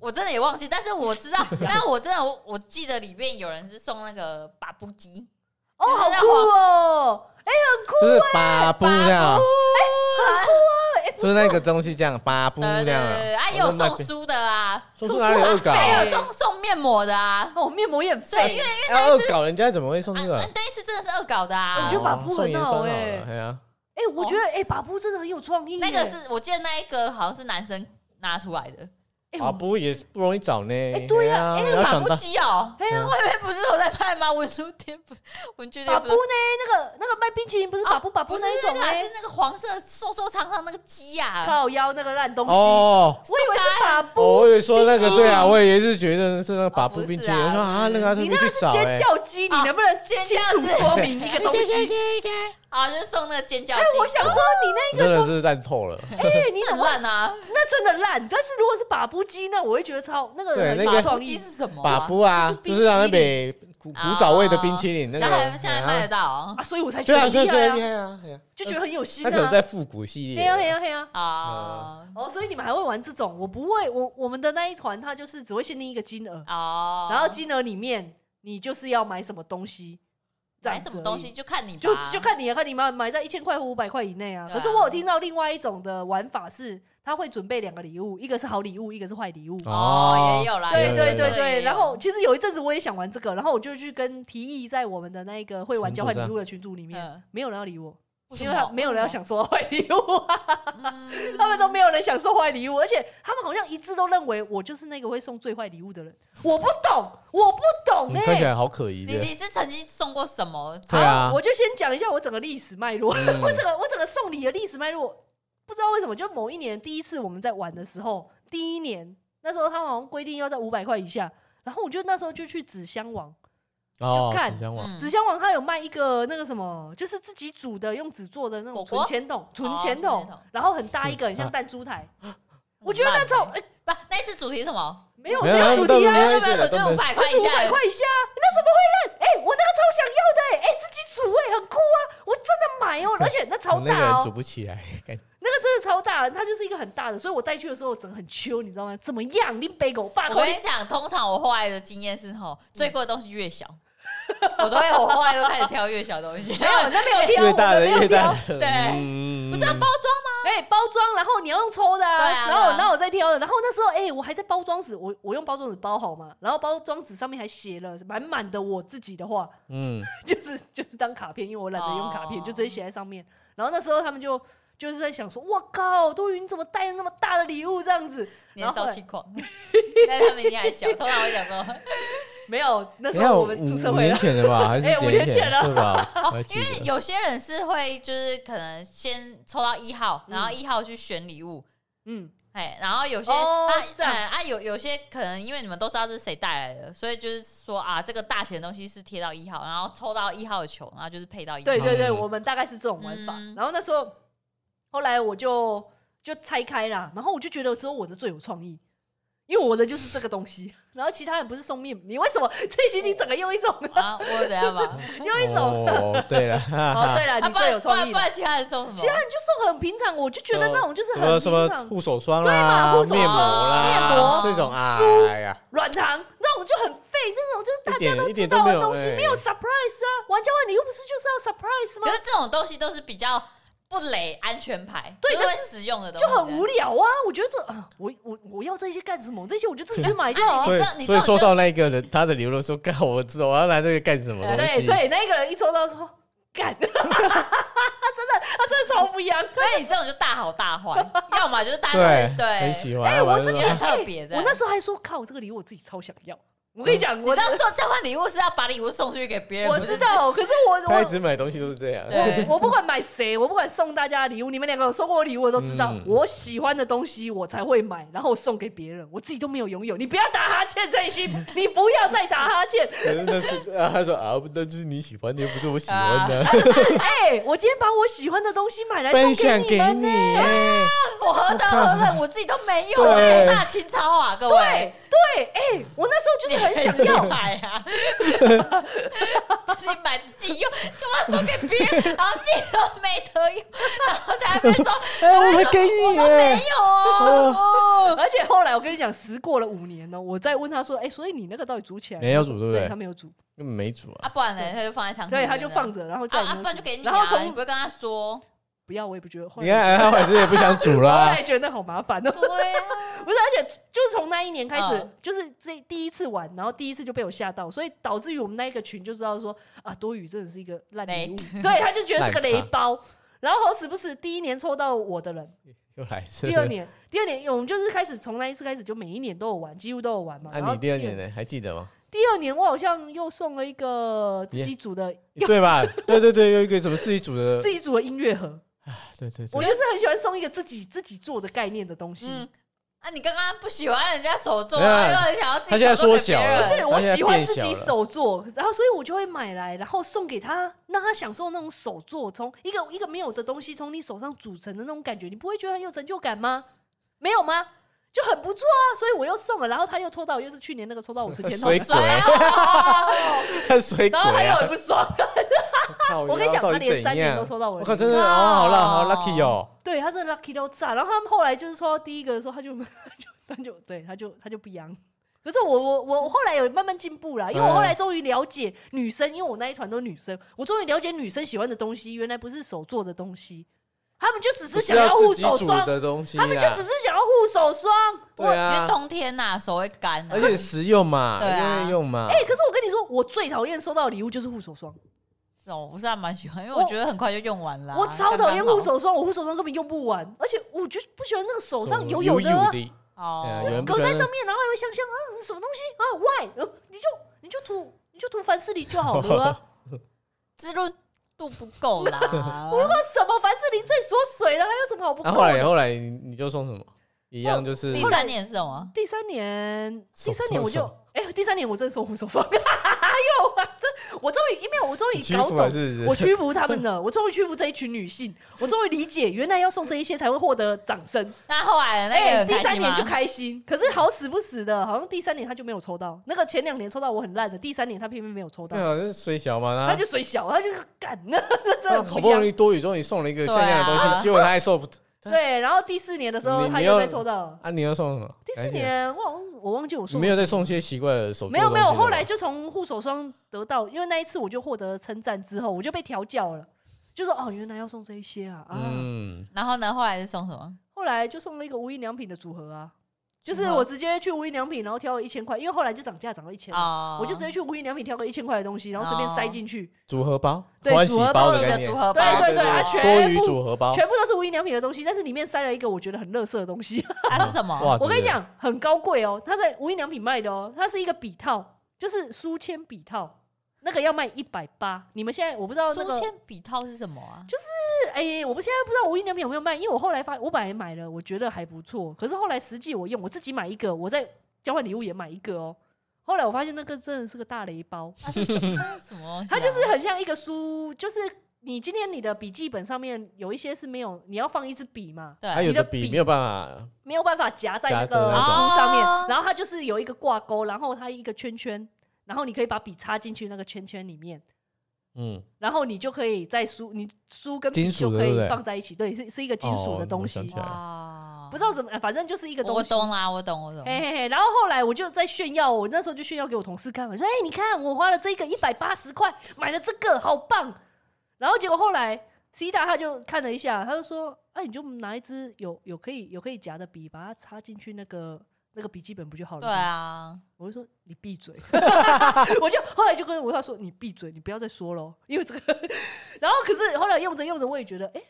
[SPEAKER 3] 我真的也忘记，但是我 知道，但我真的我我记得里面有人是送那个把布机，
[SPEAKER 2] 哦，
[SPEAKER 3] 就是
[SPEAKER 2] 好
[SPEAKER 3] 那
[SPEAKER 2] 酷哦！哎、很酷
[SPEAKER 1] 就是八布这样啊，
[SPEAKER 2] 哎、哎
[SPEAKER 1] 就是那个东西这样八布
[SPEAKER 3] 对
[SPEAKER 1] 那
[SPEAKER 3] 对对
[SPEAKER 1] 样啊
[SPEAKER 3] 对，啊也
[SPEAKER 1] 我
[SPEAKER 3] 有
[SPEAKER 1] 都卖
[SPEAKER 3] 送
[SPEAKER 1] 给
[SPEAKER 3] 书的啊，
[SPEAKER 1] 送出哪里恶搞啊？
[SPEAKER 3] 还
[SPEAKER 2] 哎
[SPEAKER 3] 有送送面膜的啊，
[SPEAKER 2] 哦，面膜也很
[SPEAKER 3] 所以
[SPEAKER 2] 废，
[SPEAKER 3] 因为
[SPEAKER 1] 要哎恶搞人家怎么会送
[SPEAKER 3] 啊
[SPEAKER 1] 这个
[SPEAKER 3] 那？那一次真的是恶搞的
[SPEAKER 2] 我
[SPEAKER 3] 啊
[SPEAKER 2] 觉得，把
[SPEAKER 1] 哦
[SPEAKER 2] 布
[SPEAKER 1] 送
[SPEAKER 2] 很
[SPEAKER 1] 盐
[SPEAKER 2] 好
[SPEAKER 1] 酸好
[SPEAKER 2] 欸
[SPEAKER 1] 了，哎呀，
[SPEAKER 2] 哎、我觉得哎、把布真的很有创意耶。
[SPEAKER 3] 哦那个是我记得那一个好像是男生拿出来的，
[SPEAKER 2] 哎、
[SPEAKER 1] 啊，
[SPEAKER 2] 我
[SPEAKER 1] 不也是不容易找呢。哎
[SPEAKER 2] 对啊
[SPEAKER 1] 呀，
[SPEAKER 3] 哎，
[SPEAKER 1] 你
[SPEAKER 3] 那个
[SPEAKER 1] 要
[SPEAKER 3] 把
[SPEAKER 1] 想
[SPEAKER 3] 布
[SPEAKER 1] 到
[SPEAKER 3] 机哦，
[SPEAKER 2] 哎呀
[SPEAKER 1] 嗯
[SPEAKER 3] 外面不是有在拍吗？文书店不文
[SPEAKER 1] 啊
[SPEAKER 3] 具
[SPEAKER 2] 把
[SPEAKER 3] 店
[SPEAKER 2] 布
[SPEAKER 3] 不
[SPEAKER 2] 呢？
[SPEAKER 3] 是哦
[SPEAKER 2] 那个那个卖冰淇淋不是把布把
[SPEAKER 3] 不
[SPEAKER 2] 布
[SPEAKER 3] 是
[SPEAKER 2] 那一
[SPEAKER 3] 那
[SPEAKER 2] 种
[SPEAKER 3] 个
[SPEAKER 2] 呢
[SPEAKER 3] 啊，是那个黄色瘦瘦长长那个鸡啊，
[SPEAKER 2] 靠腰那个烂东西，
[SPEAKER 1] 哦。
[SPEAKER 2] 我以为是把
[SPEAKER 1] 哦，
[SPEAKER 2] 布，
[SPEAKER 1] 我也说那
[SPEAKER 2] 冰
[SPEAKER 1] 个
[SPEAKER 2] 淇淋
[SPEAKER 1] 对啊，我也是觉得是那个把
[SPEAKER 3] 哦
[SPEAKER 1] 布
[SPEAKER 3] 不
[SPEAKER 1] 冰
[SPEAKER 3] 是
[SPEAKER 1] 淇淋，
[SPEAKER 3] 啊
[SPEAKER 1] 我说啊，
[SPEAKER 3] 不
[SPEAKER 1] 那
[SPEAKER 3] 是
[SPEAKER 1] 个要特
[SPEAKER 2] 你
[SPEAKER 1] 别
[SPEAKER 2] 那个
[SPEAKER 1] 去
[SPEAKER 2] 是
[SPEAKER 1] 找
[SPEAKER 2] 尖
[SPEAKER 1] 哎，
[SPEAKER 2] 叫鸡，
[SPEAKER 3] 啊
[SPEAKER 2] 你能不能清
[SPEAKER 3] 尖
[SPEAKER 2] 楚
[SPEAKER 3] 叫鸡
[SPEAKER 2] 说明一个东 西？
[SPEAKER 3] 啊，就是送那个尖叫
[SPEAKER 2] 哎、
[SPEAKER 3] 鸡，
[SPEAKER 2] 我想说你那
[SPEAKER 1] 我真的是烂透了。
[SPEAKER 2] 哎、你怎
[SPEAKER 3] 很
[SPEAKER 2] 么
[SPEAKER 3] 烂啊，
[SPEAKER 2] 那真的烂？但是如果是把布机，那我会觉得超那个
[SPEAKER 1] 对
[SPEAKER 2] 很
[SPEAKER 1] 那
[SPEAKER 2] 有
[SPEAKER 1] 个
[SPEAKER 2] 创
[SPEAKER 3] 鸡
[SPEAKER 2] 意。
[SPEAKER 3] 是什么啊？
[SPEAKER 1] 把布啊，
[SPEAKER 2] 就
[SPEAKER 1] 就是是啊，
[SPEAKER 2] 冰
[SPEAKER 1] 那
[SPEAKER 2] 淇淋
[SPEAKER 1] 北古古早味的冰淇淋那
[SPEAKER 3] 现
[SPEAKER 1] 个，
[SPEAKER 3] 在哦
[SPEAKER 2] 嗯
[SPEAKER 3] 现在卖得
[SPEAKER 1] 哎呀
[SPEAKER 3] 到哦
[SPEAKER 2] 啊，所以我才
[SPEAKER 1] 对
[SPEAKER 2] 觉得
[SPEAKER 1] 啊，
[SPEAKER 2] 很
[SPEAKER 1] 所以
[SPEAKER 2] 厉
[SPEAKER 1] 所以
[SPEAKER 2] 害
[SPEAKER 1] 厉
[SPEAKER 2] 啊，
[SPEAKER 1] 害啊，哎呀
[SPEAKER 2] 就觉得很有新
[SPEAKER 1] 那可能
[SPEAKER 2] 啊。
[SPEAKER 1] 在复古系
[SPEAKER 2] 嘿
[SPEAKER 1] 列
[SPEAKER 2] 呀嘿呀嘿呀！
[SPEAKER 3] 啊
[SPEAKER 2] 哦，所以你们还会玩这种？我不会，我我们的那一团它就是只会限定一个金额，
[SPEAKER 3] 哦，
[SPEAKER 2] 嗯然后金额里面你就是要买什么东西，这样
[SPEAKER 3] 买
[SPEAKER 2] 子而已
[SPEAKER 3] 什么东西就看你吧
[SPEAKER 2] 就就看你啊，看你买买在一千块或五百块以内啊。
[SPEAKER 3] 对啊
[SPEAKER 2] 可是我有听到另外一种的玩法是，他会准备两个礼物，一个是好礼物，一个是坏礼物。
[SPEAKER 3] 哦，也有啦，
[SPEAKER 2] 对
[SPEAKER 1] 啊有
[SPEAKER 2] 对
[SPEAKER 1] 有
[SPEAKER 2] 对
[SPEAKER 1] 有
[SPEAKER 2] 对，然后其实有一阵子我也想玩这个，然后我就去跟提议在我们的那一个会玩交换礼物的群组里面，
[SPEAKER 3] 嗯，
[SPEAKER 2] 没有人要理我，因
[SPEAKER 3] 因为
[SPEAKER 2] 为他没有人要想收坏礼物 啊。
[SPEAKER 3] 嗯，
[SPEAKER 2] 他们都没有人想送坏礼物，而且他们好像一致都认为我就是那个会送最坏礼物的人。我不懂，我不懂
[SPEAKER 1] 你
[SPEAKER 2] 哎、
[SPEAKER 1] 嗯看起来好可疑
[SPEAKER 3] 你
[SPEAKER 1] 的，
[SPEAKER 3] 你是曾经送过什么？
[SPEAKER 1] 对啊
[SPEAKER 2] 好，我就先讲一下我整个历史脉 络，
[SPEAKER 1] 嗯
[SPEAKER 2] 我整个我整个送礼的历史脉络，不知道为什么，就某一年第一次我们在玩的时候，第一年那时候他们好像规定要在五百块以下，然后我就那时候就去纸箱网，
[SPEAKER 1] 哦
[SPEAKER 2] 就看，
[SPEAKER 1] 纸箱网，
[SPEAKER 3] 嗯
[SPEAKER 2] 纸箱网它有卖一个那个什么，就是自己煮的用纸做的那种
[SPEAKER 3] 火
[SPEAKER 2] 存
[SPEAKER 3] 锅
[SPEAKER 2] 钱筒，存
[SPEAKER 3] 哦
[SPEAKER 2] 钱
[SPEAKER 3] 存
[SPEAKER 2] 筒
[SPEAKER 3] 钱筒，嗯
[SPEAKER 2] 然后很大一个，很像
[SPEAKER 1] 啊
[SPEAKER 2] 弹珠台，
[SPEAKER 3] 很
[SPEAKER 2] 我觉得那
[SPEAKER 3] 烂
[SPEAKER 2] 种
[SPEAKER 3] 欸
[SPEAKER 2] 哎
[SPEAKER 3] 不，那一次主题是什么？
[SPEAKER 2] 没有
[SPEAKER 1] 没
[SPEAKER 2] 没
[SPEAKER 1] 有
[SPEAKER 2] 有主题啊
[SPEAKER 1] 没
[SPEAKER 3] 没
[SPEAKER 1] 有。
[SPEAKER 3] 有没有，就五百块以
[SPEAKER 2] 五
[SPEAKER 3] 下
[SPEAKER 2] 百
[SPEAKER 3] 有，
[SPEAKER 2] 块以下，那怎么会烂？哎、我那个超想要的、哎、哎、自己煮哎、很酷啊！我真的买哦，而且那超
[SPEAKER 1] 我那个
[SPEAKER 2] 大
[SPEAKER 1] 人
[SPEAKER 2] 哦，
[SPEAKER 1] 组不起来，感觉
[SPEAKER 2] 那个真的超超大，它就是一个很大的，所以我带去的时候我整个很秋，你知道吗？怎么样？你背狗爸
[SPEAKER 3] 我
[SPEAKER 2] 口
[SPEAKER 3] 跟你讲，通常我后来的经验是吼，最贵的东西越小，我都会我后来都开始挑越小的东西。
[SPEAKER 2] 没有，那没有挑，
[SPEAKER 1] 越大
[SPEAKER 2] 我
[SPEAKER 1] 的
[SPEAKER 2] 没有
[SPEAKER 1] 越
[SPEAKER 2] 挑
[SPEAKER 1] 大，的，
[SPEAKER 3] 对
[SPEAKER 1] 嗯
[SPEAKER 3] 不是要包装吗？
[SPEAKER 2] 哎、包装，然后你要用抽的啊，
[SPEAKER 3] 对啊
[SPEAKER 2] 然后
[SPEAKER 3] 对啊
[SPEAKER 2] 我然后我再挑的，然后那时候哎、我还在包装纸，我我用包装纸包好嘛，然后包装纸上面还写了满满的我自己的话，
[SPEAKER 1] 嗯，
[SPEAKER 2] 就是就是当卡片，因为我懒得用卡片，
[SPEAKER 3] 哦
[SPEAKER 2] 就直接写在上面。然后那时候他们就就是在想说，哇靠，多云你怎么带了那么大的礼物这样子？然
[SPEAKER 3] 年
[SPEAKER 2] 后后
[SPEAKER 3] 少
[SPEAKER 2] 来
[SPEAKER 3] 轻狂， 但是他们已经还小，通常会讲说，
[SPEAKER 2] 没有，那时
[SPEAKER 1] 你看
[SPEAKER 2] 候
[SPEAKER 1] 五
[SPEAKER 2] 我们出社
[SPEAKER 1] 五
[SPEAKER 2] 会
[SPEAKER 1] 年
[SPEAKER 2] 了，
[SPEAKER 1] 前的吧，还是
[SPEAKER 2] 哎
[SPEAKER 1] 几
[SPEAKER 2] 五年前了
[SPEAKER 1] 对 吧？我还记
[SPEAKER 3] 因为
[SPEAKER 1] 得
[SPEAKER 3] 有些人是会就是可能先抽到一号，然后一号去选礼物，
[SPEAKER 2] 嗯，
[SPEAKER 3] 哎，然后有些
[SPEAKER 2] 哦
[SPEAKER 3] 啊
[SPEAKER 2] 是这样
[SPEAKER 3] 哎啊有有些可能因为你们都知道是谁带来的，所以就是说啊，这个大钱的东西是贴到一号，然后抽到一号的球，然后就是配到一号。
[SPEAKER 2] 对对对，
[SPEAKER 1] 嗯
[SPEAKER 2] 我们大概是这种玩法。
[SPEAKER 3] 嗯
[SPEAKER 2] 然后那时候后来我就就拆开啦，然后我就觉得只有我的最有创意。因为我的就是这个东西， 然后其他人不是送面，你为什么这些你整个用一种
[SPEAKER 3] 啊，我有怎样吧？
[SPEAKER 2] 用一种？
[SPEAKER 1] 哦，对了，哈
[SPEAKER 2] 哦，
[SPEAKER 1] 哈
[SPEAKER 2] 对了，
[SPEAKER 3] 啊
[SPEAKER 2] 你
[SPEAKER 3] 不
[SPEAKER 2] 最有
[SPEAKER 3] 然不
[SPEAKER 2] 创
[SPEAKER 3] 然
[SPEAKER 2] 意
[SPEAKER 3] 不
[SPEAKER 2] 了。
[SPEAKER 3] 然其他人送 什么？
[SPEAKER 2] 其他人就送很平常，我就觉得那种就是
[SPEAKER 1] 什
[SPEAKER 2] 很
[SPEAKER 1] 么
[SPEAKER 2] 平
[SPEAKER 1] 哦什么
[SPEAKER 2] 常，
[SPEAKER 1] 护手霜
[SPEAKER 2] 对嘛
[SPEAKER 1] 啦、
[SPEAKER 2] 护手
[SPEAKER 1] 面膜
[SPEAKER 3] 霜
[SPEAKER 1] 啦，
[SPEAKER 2] 面膜
[SPEAKER 1] 这种
[SPEAKER 2] 书
[SPEAKER 1] 哎呀，
[SPEAKER 2] 软糖那种就很废，这种就是大
[SPEAKER 1] 一
[SPEAKER 2] 家
[SPEAKER 1] 点
[SPEAKER 2] 都
[SPEAKER 1] 一
[SPEAKER 2] 知
[SPEAKER 1] 点
[SPEAKER 2] 道
[SPEAKER 1] 都没
[SPEAKER 2] 的
[SPEAKER 1] 有
[SPEAKER 2] 东西，
[SPEAKER 1] 哎
[SPEAKER 2] 没有 surprise 啊！玩家问你又不是就是要 surprise
[SPEAKER 3] 可
[SPEAKER 2] 吗？
[SPEAKER 3] 是这种东西都是比较不累、安全牌，
[SPEAKER 2] 对
[SPEAKER 3] 就是
[SPEAKER 2] 但
[SPEAKER 3] 会
[SPEAKER 2] 是
[SPEAKER 3] 实用的东西，
[SPEAKER 2] 就很无聊啊！我觉得这啊，我我我要这些干什么？这些我就自己去买就好啊。
[SPEAKER 1] 所以
[SPEAKER 3] 这你
[SPEAKER 1] 所以
[SPEAKER 3] 这种
[SPEAKER 1] 收到那个人他的礼物的时候，干我知道我要拿这个干什么东
[SPEAKER 2] 对，
[SPEAKER 1] 西
[SPEAKER 2] 所？以那个人一抽到说干， 真的，他真的超不一样。
[SPEAKER 3] 所以你这种就大好 大坏，要么就是大家
[SPEAKER 1] 对
[SPEAKER 3] 都对，
[SPEAKER 1] 很喜欢。
[SPEAKER 2] 哎，我
[SPEAKER 1] 完了
[SPEAKER 2] 之
[SPEAKER 1] 之
[SPEAKER 3] 觉
[SPEAKER 1] 后
[SPEAKER 3] 得
[SPEAKER 2] 前
[SPEAKER 3] 特别的嗯
[SPEAKER 2] 我那时候还说靠，这个礼物我自己超想要。我跟你讲，
[SPEAKER 3] 你
[SPEAKER 2] 我
[SPEAKER 3] 知道说交换礼物是要把礼物送出去给别人，
[SPEAKER 2] 我
[SPEAKER 3] 不
[SPEAKER 2] 知
[SPEAKER 3] 是
[SPEAKER 2] 道，可是我
[SPEAKER 1] 他
[SPEAKER 2] 我
[SPEAKER 1] 一直买东西都是这样。
[SPEAKER 3] 对
[SPEAKER 2] 我不管买谁，我不管送大家的礼物，你们两个有收过我礼物，我都知道、
[SPEAKER 1] 嗯
[SPEAKER 2] 我喜欢的东西我才会买，然后送给别人，我自己都没有拥有。你不要打哈欠，真心， 你不要再打哈 欠。
[SPEAKER 1] 可是那是啊，他说啊，不那就是你喜欢的，又不是我喜欢 的，
[SPEAKER 2] 哎、我今天把我喜欢的东西买来
[SPEAKER 1] 分享
[SPEAKER 2] 送
[SPEAKER 1] 给
[SPEAKER 2] 你们
[SPEAKER 1] 你
[SPEAKER 2] 呢、。
[SPEAKER 1] 哎
[SPEAKER 3] 我何德 何能，我自己都没有，
[SPEAKER 1] 对
[SPEAKER 3] 大清超啊，各
[SPEAKER 2] 对
[SPEAKER 3] 位，
[SPEAKER 2] 对，哎、我那时候就是很想 要，
[SPEAKER 3] 买 啊，自己买自己用，干嘛送给别人，然后自己都没得用，然后在那边说
[SPEAKER 1] 哎，我还给你
[SPEAKER 3] 没
[SPEAKER 1] 耶！
[SPEAKER 3] 有哦，
[SPEAKER 2] 而且后来我跟你讲，时过了五年呢，我再问他说，哎、所以你那个到底煮起来了
[SPEAKER 1] 没有煮对
[SPEAKER 2] 吗
[SPEAKER 1] 不
[SPEAKER 2] 对？
[SPEAKER 1] 对
[SPEAKER 2] 他？没有煮，
[SPEAKER 1] 根本没煮啊，
[SPEAKER 3] 啊，不然呢，他就放在仓库
[SPEAKER 2] 对，
[SPEAKER 3] 里面，
[SPEAKER 2] 他就放着，然后
[SPEAKER 3] 啊
[SPEAKER 2] 叫你
[SPEAKER 3] 啊，
[SPEAKER 2] 们
[SPEAKER 3] 不然
[SPEAKER 2] 煮
[SPEAKER 3] 就给你
[SPEAKER 2] 然后
[SPEAKER 3] 啊，你
[SPEAKER 2] 从
[SPEAKER 3] 不会跟他说，
[SPEAKER 2] 不要，我也不觉得。后
[SPEAKER 1] 你
[SPEAKER 2] 来
[SPEAKER 1] 看，哎他晚上也不想煮
[SPEAKER 2] 后
[SPEAKER 1] 啦
[SPEAKER 2] 来。觉得好麻烦哦。
[SPEAKER 3] 对啊，
[SPEAKER 2] 不是，而且就是从那一年开始，
[SPEAKER 3] 嗯
[SPEAKER 2] 就是这第一次玩，然后第一次就被我吓到，所以导致于我们那一个群就知道说啊，多雨真的是一个烂礼物，对，他就觉得是个雷包。然后好死不死，第一年抽到我的人，
[SPEAKER 1] 又来一次
[SPEAKER 2] 第。二年，第二年我们就是开始从那一次开始就每一年都有玩，几乎都有玩嘛。
[SPEAKER 1] 那
[SPEAKER 2] 然后
[SPEAKER 1] 啊你第二年，呢？还记得吗？
[SPEAKER 2] 第二年我好像又送了一个自己组的，又
[SPEAKER 1] 对吧？对对对，有一个什么自己煮的
[SPEAKER 2] 自，己组的音乐盒，
[SPEAKER 1] 对对
[SPEAKER 2] 我
[SPEAKER 1] 对，
[SPEAKER 2] 就是很喜欢送一个自己自己做的概念的东西。
[SPEAKER 3] 嗯。啊，你刚刚不喜欢人家手做，
[SPEAKER 1] 没有
[SPEAKER 3] 然后又想要自己
[SPEAKER 1] 他现在
[SPEAKER 3] 手做给
[SPEAKER 1] 缩小
[SPEAKER 3] 别
[SPEAKER 1] 了
[SPEAKER 3] 人
[SPEAKER 2] 不是，
[SPEAKER 1] 它
[SPEAKER 2] 我
[SPEAKER 1] 现在
[SPEAKER 2] 喜欢
[SPEAKER 1] 变
[SPEAKER 2] 自己
[SPEAKER 1] 小了
[SPEAKER 2] 手做，然后所以我就会买来，然后送给他，让他享受那种手做，从一个一个没有的东西从你手上组成的那种感觉，你不会觉得很有成就感吗？没有吗？就很不错啊，所以我又送了，然后他又抽到，又是去年那个抽到 我存钱筒
[SPEAKER 1] 水
[SPEAKER 2] 的，
[SPEAKER 3] 啊
[SPEAKER 1] 鬼，水鬼
[SPEAKER 2] 然后他又
[SPEAKER 1] 啊！
[SPEAKER 2] 很 不爽。
[SPEAKER 1] 靠
[SPEAKER 2] 我跟你
[SPEAKER 1] 腰
[SPEAKER 2] 讲，
[SPEAKER 1] 到
[SPEAKER 2] 他
[SPEAKER 1] 底
[SPEAKER 2] 连
[SPEAKER 1] 怎
[SPEAKER 2] 三年
[SPEAKER 1] 样
[SPEAKER 2] 都收到我
[SPEAKER 1] 我
[SPEAKER 2] 的
[SPEAKER 1] 靠，
[SPEAKER 2] 礼
[SPEAKER 1] 真
[SPEAKER 2] 物，
[SPEAKER 1] 的哦，好了好 lucky 哦，
[SPEAKER 2] 对他真的 lucky 到炸。然后他们后来就是抽到第一个的时候，他就 他就他就对他就他就不一样。可是我我我我后来有慢慢进步啦，因为我
[SPEAKER 1] 啊
[SPEAKER 2] 后来终于了解女生，因为我那一团都是女生，我终于了解女生喜欢的东西，原来不是手做的东西，他们就只
[SPEAKER 1] 不
[SPEAKER 2] 想
[SPEAKER 1] 要
[SPEAKER 2] 护
[SPEAKER 1] 自己
[SPEAKER 2] 手
[SPEAKER 1] 煮
[SPEAKER 2] 霜，
[SPEAKER 1] 的东西
[SPEAKER 2] 他
[SPEAKER 1] 啦，
[SPEAKER 2] 们就只是想要护手霜。
[SPEAKER 1] 对
[SPEAKER 3] 因为
[SPEAKER 1] 啊，
[SPEAKER 3] 冬天呐、手会干、啊，
[SPEAKER 1] 而且实用嘛，
[SPEAKER 3] 对啊
[SPEAKER 1] 因为用嘛，
[SPEAKER 2] 哎、可是我跟你说，我最讨厌收到的礼物就是护手霜，
[SPEAKER 3] 这种我是还蛮喜欢，因为
[SPEAKER 2] 我
[SPEAKER 3] 我觉得很快就用完了啊、
[SPEAKER 2] 我超讨厌
[SPEAKER 3] 刚刚好
[SPEAKER 2] 护手霜，我护手霜根本用不完，而且我就不喜欢那个手上油
[SPEAKER 1] 油
[SPEAKER 2] 的、啊。
[SPEAKER 1] 的，对啊有
[SPEAKER 3] 哦，
[SPEAKER 1] 人不
[SPEAKER 2] 狗
[SPEAKER 1] 喜
[SPEAKER 2] 在
[SPEAKER 1] 欢
[SPEAKER 2] 上面，然后还会香香啊，什么东西啊？Why？呃你就你就涂你就涂凡士林就好了啊！
[SPEAKER 3] 滋润度不够啦。
[SPEAKER 2] 那什么凡士林最锁水了，还有什么好不
[SPEAKER 1] 那
[SPEAKER 2] 够
[SPEAKER 1] 后来
[SPEAKER 2] 的？
[SPEAKER 1] 后来你你就送什么？一样 就是
[SPEAKER 3] 第三年是什么？
[SPEAKER 2] 第三年，
[SPEAKER 1] 手
[SPEAKER 2] 第三年我就
[SPEAKER 1] 手
[SPEAKER 2] 哎、第三年我真的手红手霜，因为我这我终于因为我终于
[SPEAKER 1] 你屈
[SPEAKER 2] 搞
[SPEAKER 1] 服了
[SPEAKER 2] 懂。
[SPEAKER 1] 是不是？
[SPEAKER 2] 我屈服他们了，我终于屈服这一群女性，我终于理解原来要送这一些才会获得掌声。
[SPEAKER 3] 那后来的那
[SPEAKER 2] 哎、
[SPEAKER 3] 个很
[SPEAKER 2] 第
[SPEAKER 3] 开
[SPEAKER 2] 三
[SPEAKER 3] 心吗
[SPEAKER 2] 年就开心，可是好死不死的，好像第三年他就没有抽到，那个前两年抽到我很烂的，第三年他偏偏没有抽到
[SPEAKER 1] 那。好啊像是水小嘛，然
[SPEAKER 2] 他
[SPEAKER 1] 后
[SPEAKER 2] 就水小，他就干，那 这真
[SPEAKER 1] 他
[SPEAKER 2] 的很
[SPEAKER 1] 好
[SPEAKER 2] 不
[SPEAKER 1] 不
[SPEAKER 2] 一
[SPEAKER 1] 容
[SPEAKER 2] 样。
[SPEAKER 1] 易多雨终于送了一个像样的东
[SPEAKER 3] 对啊
[SPEAKER 1] 西，结果他还受不，
[SPEAKER 2] 对，然后第四年的时候
[SPEAKER 1] 你
[SPEAKER 2] 他
[SPEAKER 1] 你
[SPEAKER 2] 又
[SPEAKER 1] 要
[SPEAKER 2] 被抽到，
[SPEAKER 1] 啊，你要送什么？
[SPEAKER 2] 第四
[SPEAKER 1] 赶紧讲，
[SPEAKER 2] 年我好像我忘记我
[SPEAKER 1] 你
[SPEAKER 2] 说
[SPEAKER 1] 没有
[SPEAKER 2] 我
[SPEAKER 1] 再送些奇怪的手作
[SPEAKER 2] 没有
[SPEAKER 1] 的
[SPEAKER 2] 没有，
[SPEAKER 1] 东西
[SPEAKER 2] 后来
[SPEAKER 1] 了
[SPEAKER 2] 就从护手霜得到，因为那一次我就获得了称赞之后，我就被调教了，就说哦，原来要送这一些啊
[SPEAKER 1] 吗
[SPEAKER 2] 啊，
[SPEAKER 1] 嗯，
[SPEAKER 3] 然后呢，后来是送什么？
[SPEAKER 2] 后来就送了一个无印良品的组合啊，就是
[SPEAKER 3] 嗯哼
[SPEAKER 2] 我直接去无印良品，然后挑了一千块，因为后来就涨价涨到一千，
[SPEAKER 3] 哦，
[SPEAKER 1] 啊
[SPEAKER 2] 我就直接去无印良品挑个一千块的东西，然后随便塞进去，
[SPEAKER 1] 组合包，
[SPEAKER 2] 对
[SPEAKER 1] 欢喜
[SPEAKER 2] 组合
[SPEAKER 1] 包
[SPEAKER 2] 包
[SPEAKER 1] 的
[SPEAKER 3] 自己
[SPEAKER 1] 概
[SPEAKER 3] 的
[SPEAKER 1] 念
[SPEAKER 3] 组，合
[SPEAKER 2] 啊对
[SPEAKER 3] 包，
[SPEAKER 2] 对对
[SPEAKER 1] 啊
[SPEAKER 2] 啊全
[SPEAKER 1] 多余
[SPEAKER 2] 部
[SPEAKER 1] 组合包，
[SPEAKER 2] 全部都是无印良品的东西，但是里面塞了一个我觉得很垃圾的东西。
[SPEAKER 3] 它是什啊么？
[SPEAKER 1] 哇，
[SPEAKER 2] 我跟你
[SPEAKER 1] 真的，
[SPEAKER 2] 讲，很高贵哦，它在无印良品卖的哦，它是一个笔套，就是书签笔套，那个要卖一百八。你们现在我不知道那
[SPEAKER 3] 书
[SPEAKER 2] 个，是
[SPEAKER 3] 签笔套是什么啊？
[SPEAKER 2] 哎、我不现在不知道无印良品有没有卖，因为我后来发，我本来买了，我觉得还不错，可是后来实际我用，我自己买一个，我在交换礼物也买一个哦。后来我发现那个真的是个大雷包，
[SPEAKER 3] 它是什么？它是什么东西啊？
[SPEAKER 2] 它就是很像一个书，就是你今天你的笔记本上面有一些是没有，你要放一支笔嘛，
[SPEAKER 1] 还
[SPEAKER 3] 对，
[SPEAKER 1] 有的
[SPEAKER 2] 你的
[SPEAKER 1] 笔
[SPEAKER 2] 笔
[SPEAKER 1] 没有办法，
[SPEAKER 2] 没有办法夹在
[SPEAKER 1] 夹
[SPEAKER 2] 那
[SPEAKER 1] 在
[SPEAKER 2] 个
[SPEAKER 1] 那
[SPEAKER 3] 种
[SPEAKER 2] 书上面，
[SPEAKER 3] 哦
[SPEAKER 2] 然后它就是有一个挂钩，然后它一个圈圈，然后你可以把笔插进去那个圈圈里面，
[SPEAKER 1] 嗯，
[SPEAKER 2] 然后你就可以在书，你书跟笔
[SPEAKER 1] 金属的
[SPEAKER 2] 就可
[SPEAKER 1] 对不
[SPEAKER 2] 以
[SPEAKER 1] 对
[SPEAKER 2] 放在一起，对，是是一个金属
[SPEAKER 1] 哦
[SPEAKER 2] 的东
[SPEAKER 1] 我
[SPEAKER 2] 西
[SPEAKER 1] 想起，来
[SPEAKER 3] 哇
[SPEAKER 2] 不知道怎么，呃反正就是一个
[SPEAKER 3] 我
[SPEAKER 2] 东西。哎
[SPEAKER 3] 懂啦，我懂，我懂。
[SPEAKER 2] 嘿嘿嘿，然后后来我就在炫耀，我那时候就炫耀给我同事看，我说：“哎、你看我花了这个一百八十块买了这个，好棒！”然后结果后来 C 大他就看了一下，他就说：“哎、你就拿一支有有可以有可以夹的笔，把它插进去那个那个笔记本不就好了？”
[SPEAKER 3] 对，啊，
[SPEAKER 2] 我就说：“你闭嘴！” 我就后来就跟我他说：“你闭嘴，你不要再说喽，因为这个。”然后可是后来用着用着，我也觉得，哎、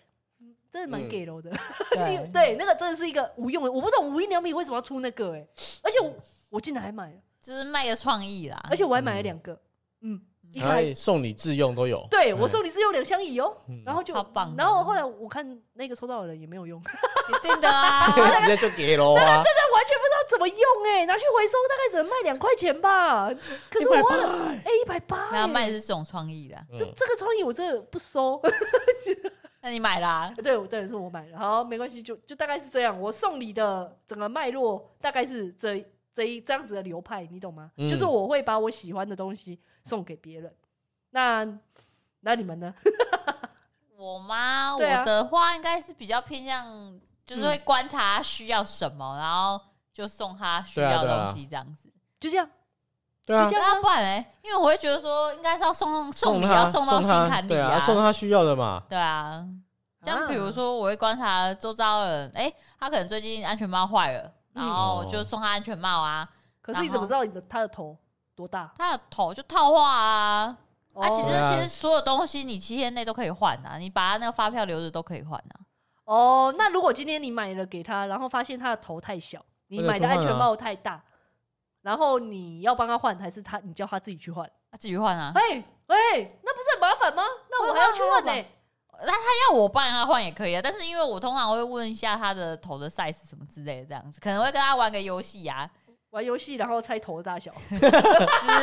[SPEAKER 2] 嗯真的蛮
[SPEAKER 1] 嗯
[SPEAKER 2] 给楼的。
[SPEAKER 3] 对
[SPEAKER 2] 哎对，那个真的是一个无用的，我不懂无印良品为什么要出那个哎、而且我
[SPEAKER 3] 嗯
[SPEAKER 2] 我竟然还买了，
[SPEAKER 3] 就是卖个创意啦。
[SPEAKER 2] 而且我还买
[SPEAKER 1] 嗯
[SPEAKER 2] 了两个，嗯，一
[SPEAKER 3] 哎
[SPEAKER 2] 个
[SPEAKER 1] 还
[SPEAKER 2] 还
[SPEAKER 1] 有送礼自用都有，
[SPEAKER 2] 对我送你是用两相宜哦，
[SPEAKER 1] 嗯
[SPEAKER 2] 然后就
[SPEAKER 3] 超棒的嗯
[SPEAKER 2] 然后后来我看那个抽到的人也没有用， 他
[SPEAKER 3] 一定 的啊，
[SPEAKER 1] 直接就给喽啊，
[SPEAKER 2] 完全不知道怎么用哎、拿去回收大概只能卖两块钱吧，可是我花了哎一百八，
[SPEAKER 3] 欸
[SPEAKER 2] 欸
[SPEAKER 3] 那卖的是这种创意的，
[SPEAKER 2] 这这个创意我真的不收，
[SPEAKER 3] 那你买啦。
[SPEAKER 2] 对，我对，是我买的，好，没关系，就就大概是这样，我送礼的整个脉络大概是这这一这样子的流派，你懂吗？
[SPEAKER 1] 嗯
[SPEAKER 2] 就是我会把我喜欢的东西送给别人，那那你们呢？
[SPEAKER 3] 我吗？
[SPEAKER 2] 对啊嗯
[SPEAKER 3] 我的话应该是比较偏向，就是会观察他需要什么，然后就送他需要
[SPEAKER 1] 对啊对
[SPEAKER 3] 的
[SPEAKER 1] 啊
[SPEAKER 3] 东西这样子。
[SPEAKER 2] 就这样，
[SPEAKER 1] 对啊
[SPEAKER 2] 就这，样
[SPEAKER 3] 那
[SPEAKER 2] 吗？
[SPEAKER 3] 不然呢？因为我会觉得说，应该是要送送礼
[SPEAKER 1] 他
[SPEAKER 3] 要送到
[SPEAKER 1] 送
[SPEAKER 3] 心
[SPEAKER 1] 他
[SPEAKER 3] 坎里
[SPEAKER 1] 对啊，送他需要的嘛，
[SPEAKER 3] 对啊。像比如
[SPEAKER 2] 啊，
[SPEAKER 3] 说，我会观察周遭的人，哎，他可能最近安全帽坏了，
[SPEAKER 2] 嗯
[SPEAKER 3] 然后就送他安全帽啊。
[SPEAKER 2] 可是你怎么知道你的他的头多大？
[SPEAKER 3] 他的头就套话啊。啊，其实
[SPEAKER 1] 对啊
[SPEAKER 3] 其实所有东西你七天内都可以换啊，你把他那个发票留着都可以换啊。
[SPEAKER 2] 哦，那如果今天你买了给他，然后发现他的头太小，你买的安全帽太大，然后你要帮他换，还是他你叫他自己去换？
[SPEAKER 3] 他自己换啊。
[SPEAKER 2] 哎哎，那不是很麻烦吗？那我还要去换呢、
[SPEAKER 3] 要我帮他换也可以啊，但是因为我通常会问一下他的头的 size 什么之类的，这样子可能会跟他玩个游戏啊
[SPEAKER 2] 玩游戏然后猜头的大小。
[SPEAKER 3] 之